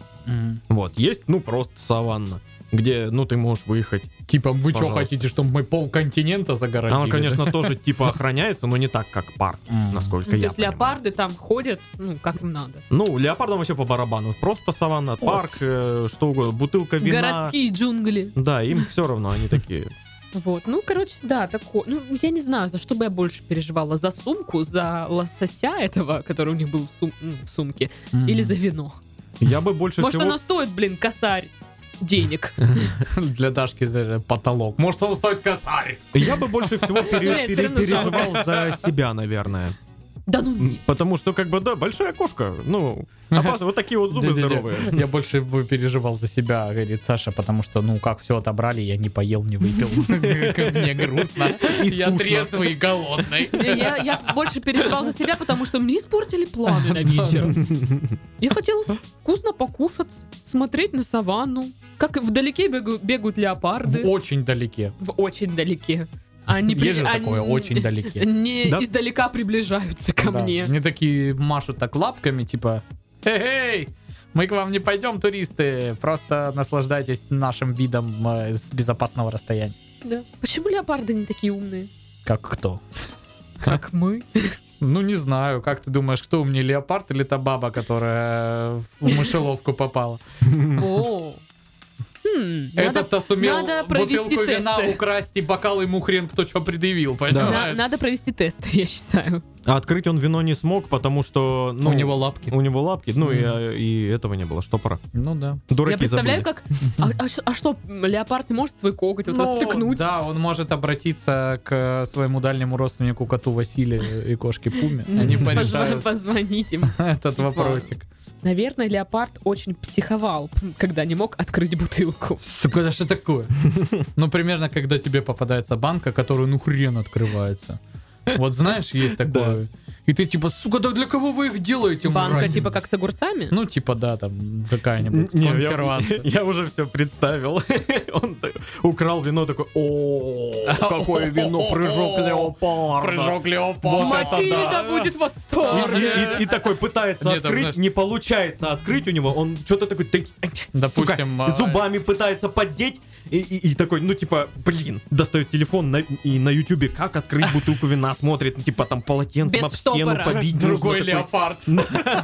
Speaker 2: Вот. Есть, ну, просто саванна, где, ну, ты можешь выехать.
Speaker 3: Типа, вы что
Speaker 2: Пожалуйста.
Speaker 3: хотите, чтобы мы полконтинента загородили?
Speaker 2: Она, конечно, тоже типа охраняется, но не так, как парк,
Speaker 3: М.
Speaker 2: насколько
Speaker 1: Ну, То
Speaker 2: я
Speaker 1: есть
Speaker 2: понимаю.
Speaker 1: леопарды там ходят, ну, как им надо.
Speaker 2: Ну, леопардам вообще по барабану. Просто саванна, парк, э, что угодно, бутылка вина.
Speaker 1: Городские джунгли.
Speaker 2: Да, им все равно, они такие.
Speaker 1: Вот, ну, короче, да, такое. Ну, я не знаю, за что бы я больше переживала. За сумку, за лосося этого, который у них был в, сум- ну, в сумке,
Speaker 3: М.
Speaker 1: или за вино.
Speaker 2: Я бы больше
Speaker 1: Может,
Speaker 2: всего...
Speaker 1: оно стоит, блин, косарь денег.
Speaker 3: Для Дашки за- потолок. Может, он стоит косарь?
Speaker 2: Я бы больше всего пере-
Speaker 1: Нет, всё
Speaker 2: пере-
Speaker 1: равно
Speaker 2: переживал за себя, наверное.
Speaker 1: Да ну,
Speaker 2: М, Потому что, как бы, да, большая кошка. Ну, опасно, вот такие вот зубы
Speaker 3: Да-да-да.
Speaker 2: здоровые.
Speaker 3: Я больше бы переживал за себя, говорит Саша, потому что, ну, как все отобрали, я не поел, не выпил. Мне грустно.
Speaker 2: И
Speaker 3: Я
Speaker 2: скучно.
Speaker 3: трезвый и голодный.
Speaker 1: я, я больше переживал за себя, потому что мне испортили планы на вечер. Я хотел вкусно покушать, смотреть на саванну, как вдалеке бегу- бегают
Speaker 3: В
Speaker 1: леопарды,
Speaker 3: очень далеке.
Speaker 1: в очень далеке. Они при-
Speaker 3: Есть же такое,
Speaker 1: они
Speaker 3: очень далеке.
Speaker 1: Не
Speaker 2: Да.
Speaker 1: издалека приближаются ко
Speaker 3: Да.
Speaker 1: мне.
Speaker 3: Мне такие машут так лапками, типа, эй, мы к вам не пойдем, туристы, просто наслаждайтесь нашим видом э, с безопасного расстояния.
Speaker 1: Да. Почему леопарды не такие умные?
Speaker 3: Как кто?
Speaker 1: Как мы.
Speaker 3: Ну, не знаю, как ты думаешь, кто умнее, леопард или та баба, которая в мышеловку попала?
Speaker 1: О. Хм, надо-
Speaker 3: Этот-то сумел
Speaker 1: надо провести
Speaker 3: бутылку вина
Speaker 1: тесты.
Speaker 3: украсть и бокал ему хрен кто что предъявил,
Speaker 1: на-
Speaker 3: понимаешь?
Speaker 1: Надо провести тест, я считаю.
Speaker 2: А открыть он вино не смог, потому что... Ну,
Speaker 3: У него лапки.
Speaker 2: у него лапки, ну и, а, и этого не было, штопора.
Speaker 3: Ну да.
Speaker 2: Дураки
Speaker 1: я представляю,
Speaker 2: забыли.
Speaker 1: как... А, а ш- а что, леопард не может свой коготь вот
Speaker 3: Ну,
Speaker 1: так втыкнуть?
Speaker 3: Да, он может обратиться к э, своему дальнему родственнику коту Василию и кошке Пуме.
Speaker 1: М,
Speaker 3: Они
Speaker 1: позва-
Speaker 3: порешают
Speaker 1: Позвонить им.
Speaker 3: этот
Speaker 1: Типа.
Speaker 3: вопросик.
Speaker 1: Наверное, леопард очень психовал, когда не мог открыть бутылку.
Speaker 3: Сука, да что такое? Ну, примерно, когда тебе попадается банка, которую ну хрен открывается. Вот знаешь, есть такое. И ты типа, сука, да для кого вы их делаете,
Speaker 1: Банка
Speaker 3: мрази?»
Speaker 1: типа как с огурцами?
Speaker 3: Ну, типа, да, там
Speaker 2: Н-
Speaker 3: какая-нибудь
Speaker 2: не, я-
Speaker 3: консервация.
Speaker 2: Я, уже все представил. Он так украл вино такой, о, какое вино, прыжок леопарда.
Speaker 3: леопарда.
Speaker 2: Вот это
Speaker 1: Матильда
Speaker 2: да.
Speaker 1: будет в
Speaker 2: И,
Speaker 1: восторге.
Speaker 2: и- и- и такой пытается
Speaker 3: Нет, там,
Speaker 2: открыть,
Speaker 3: знаешь-
Speaker 2: не получается открыть у него, он что-то такой, «Ты, э, сука»,
Speaker 3: Допустим, а-
Speaker 2: зубами пытается поддеть, и, и- и такой, ну типа, блин, достает телефон на- и на ютубе, как открыть бутылку вина, смотрит, ну, типа там полотенцем
Speaker 1: Без
Speaker 2: об стену
Speaker 1: стопора.
Speaker 2: побить.
Speaker 3: Другой
Speaker 2: нужно, такой.
Speaker 3: леопард.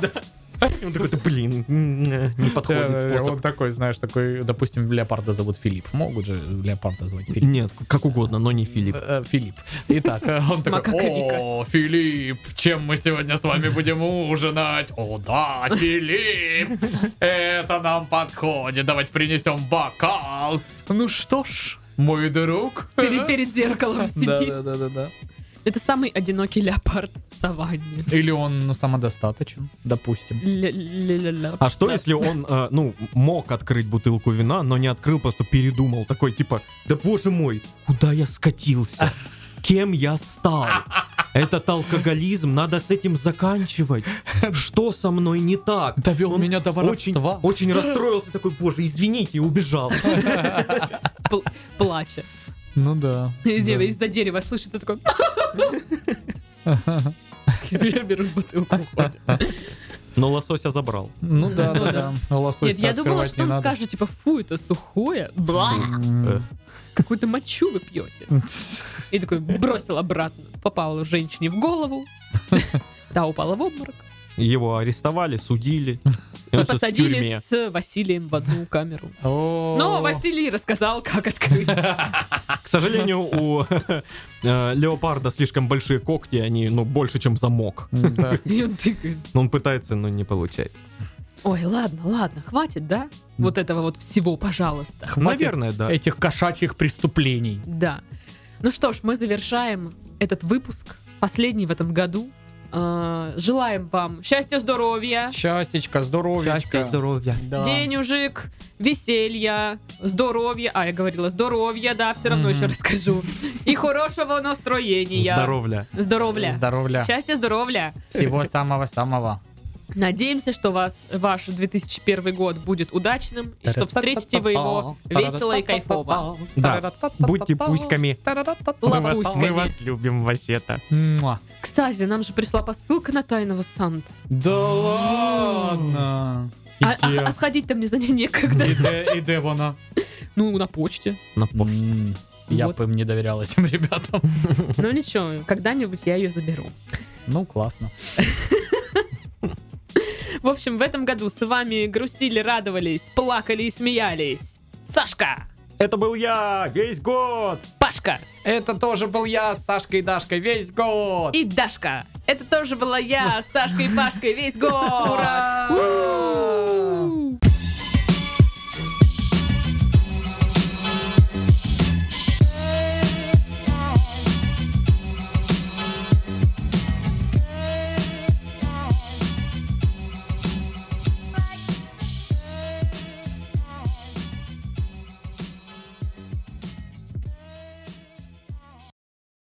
Speaker 2: И Он такой, «Да, блин, м, э, не подходит
Speaker 3: Да-да-да,
Speaker 2: способ.
Speaker 3: Он такой, знаешь, такой, допустим, леопарда зовут Филипп. Могут же леопарда звать Филипп.
Speaker 2: Нет, как угодно, но не Филипп.
Speaker 3: Э, Филипп. Итак, э, он такой,
Speaker 1: Макака Вика.
Speaker 3: о, Филипп, чем мы сегодня с вами будем ужинать? О, да, Филипп, это нам подходит, давайте принесем бокал. Ну что ж, мой друг. э,
Speaker 1: Пере- Перед зеркалом сидит.
Speaker 3: Да-да-да-да.
Speaker 1: Это самый одинокий леопард в саванне.
Speaker 3: Или он ну, самодостаточен, допустим.
Speaker 1: Ле- ле- ле- ле.
Speaker 2: А что, если он, э, ну, мог открыть бутылку вина, но не открыл, просто передумал, такой, типа, да боже мой, куда я скатился? Кем я стал? Этот алкоголизм, надо с этим заканчивать. Что со мной не так?
Speaker 3: Довел меня до
Speaker 2: Очень,
Speaker 3: воровства.
Speaker 2: очень расстроился такой, боже, извините, и убежал.
Speaker 1: Пл- плача.
Speaker 3: Ну да.
Speaker 1: Из
Speaker 3: да.
Speaker 1: дерева, из-за дерева слышит, ты такой... Я беру бутылку, уходит.
Speaker 2: Но лосося забрал.
Speaker 3: Ну да,
Speaker 1: Ну
Speaker 3: да, да. Лосось
Speaker 1: Нет, я думала, что он скажет, типа, фу, это сухое, бла,
Speaker 2: Э.
Speaker 1: какую-то мочу вы пьете. И такой бросил обратно. Попало женщине в голову. Та упала в обморок.
Speaker 2: Его арестовали, судили. И он сейчас в
Speaker 1: Посадили
Speaker 2: тюрьме.
Speaker 1: с Василием в одну камеру. Но
Speaker 3: Но
Speaker 1: Василий рассказал, как открыть.
Speaker 2: К сожалению, у э, леопарда слишком большие когти, они, ну, больше, чем замок.
Speaker 1: И он тыкает.
Speaker 2: Но он пытается, но не получается.
Speaker 1: Ой, ладно, ладно, хватит, да? Вот этого вот всего, пожалуйста.
Speaker 2: Наверное, да.
Speaker 3: Этих кошачьих преступлений.
Speaker 1: Да. Ну что ж, мы завершаем этот выпуск, последний в этом году. Э, Желаем вам счастья, здоровья,
Speaker 3: Счастечко, здоровье.
Speaker 2: здоровья.
Speaker 1: денежек, веселья, здоровья. А, я говорила здоровья, да, все равно
Speaker 3: Мгм.
Speaker 1: еще расскажу. И хорошего настроения.
Speaker 2: Здоровля.
Speaker 1: Здоровля.
Speaker 3: Здоровья.
Speaker 1: Счастья, здоровья.
Speaker 3: Всего самого-самого.
Speaker 1: Надеемся, что вас, ваш 2001 год будет удачным, и что встретите вы его весело и кайфово.
Speaker 2: Да, будьте пуськами. Мы вас-
Speaker 1: Лапуськами.
Speaker 2: Мы вас любим, Васета.
Speaker 3: Муа.
Speaker 1: Кстати, нам же пришла посылка на тайного Санта.
Speaker 3: Да ладно.
Speaker 1: А,
Speaker 3: И
Speaker 1: а- а
Speaker 3: Кеа.
Speaker 1: сходить-то мне за ней некогда.
Speaker 3: И Де- И Девона.
Speaker 1: Ну, на почте.
Speaker 2: На пош-
Speaker 3: М, Я
Speaker 1: Вот.
Speaker 3: бы им не доверял этим ребятам.
Speaker 1: Ну ничего, когда-нибудь я ее заберу.
Speaker 3: Ну, классно.
Speaker 1: В общем, в этом году с вами грустили, радовались, плакали и смеялись. Сашка,
Speaker 2: Это был я весь год.
Speaker 1: Пашка
Speaker 3: Это тоже был я с Сашкой и Дашкой весь год.
Speaker 1: и Дашка. Это тоже была я с Сашкой и Пашкой весь год. Ура!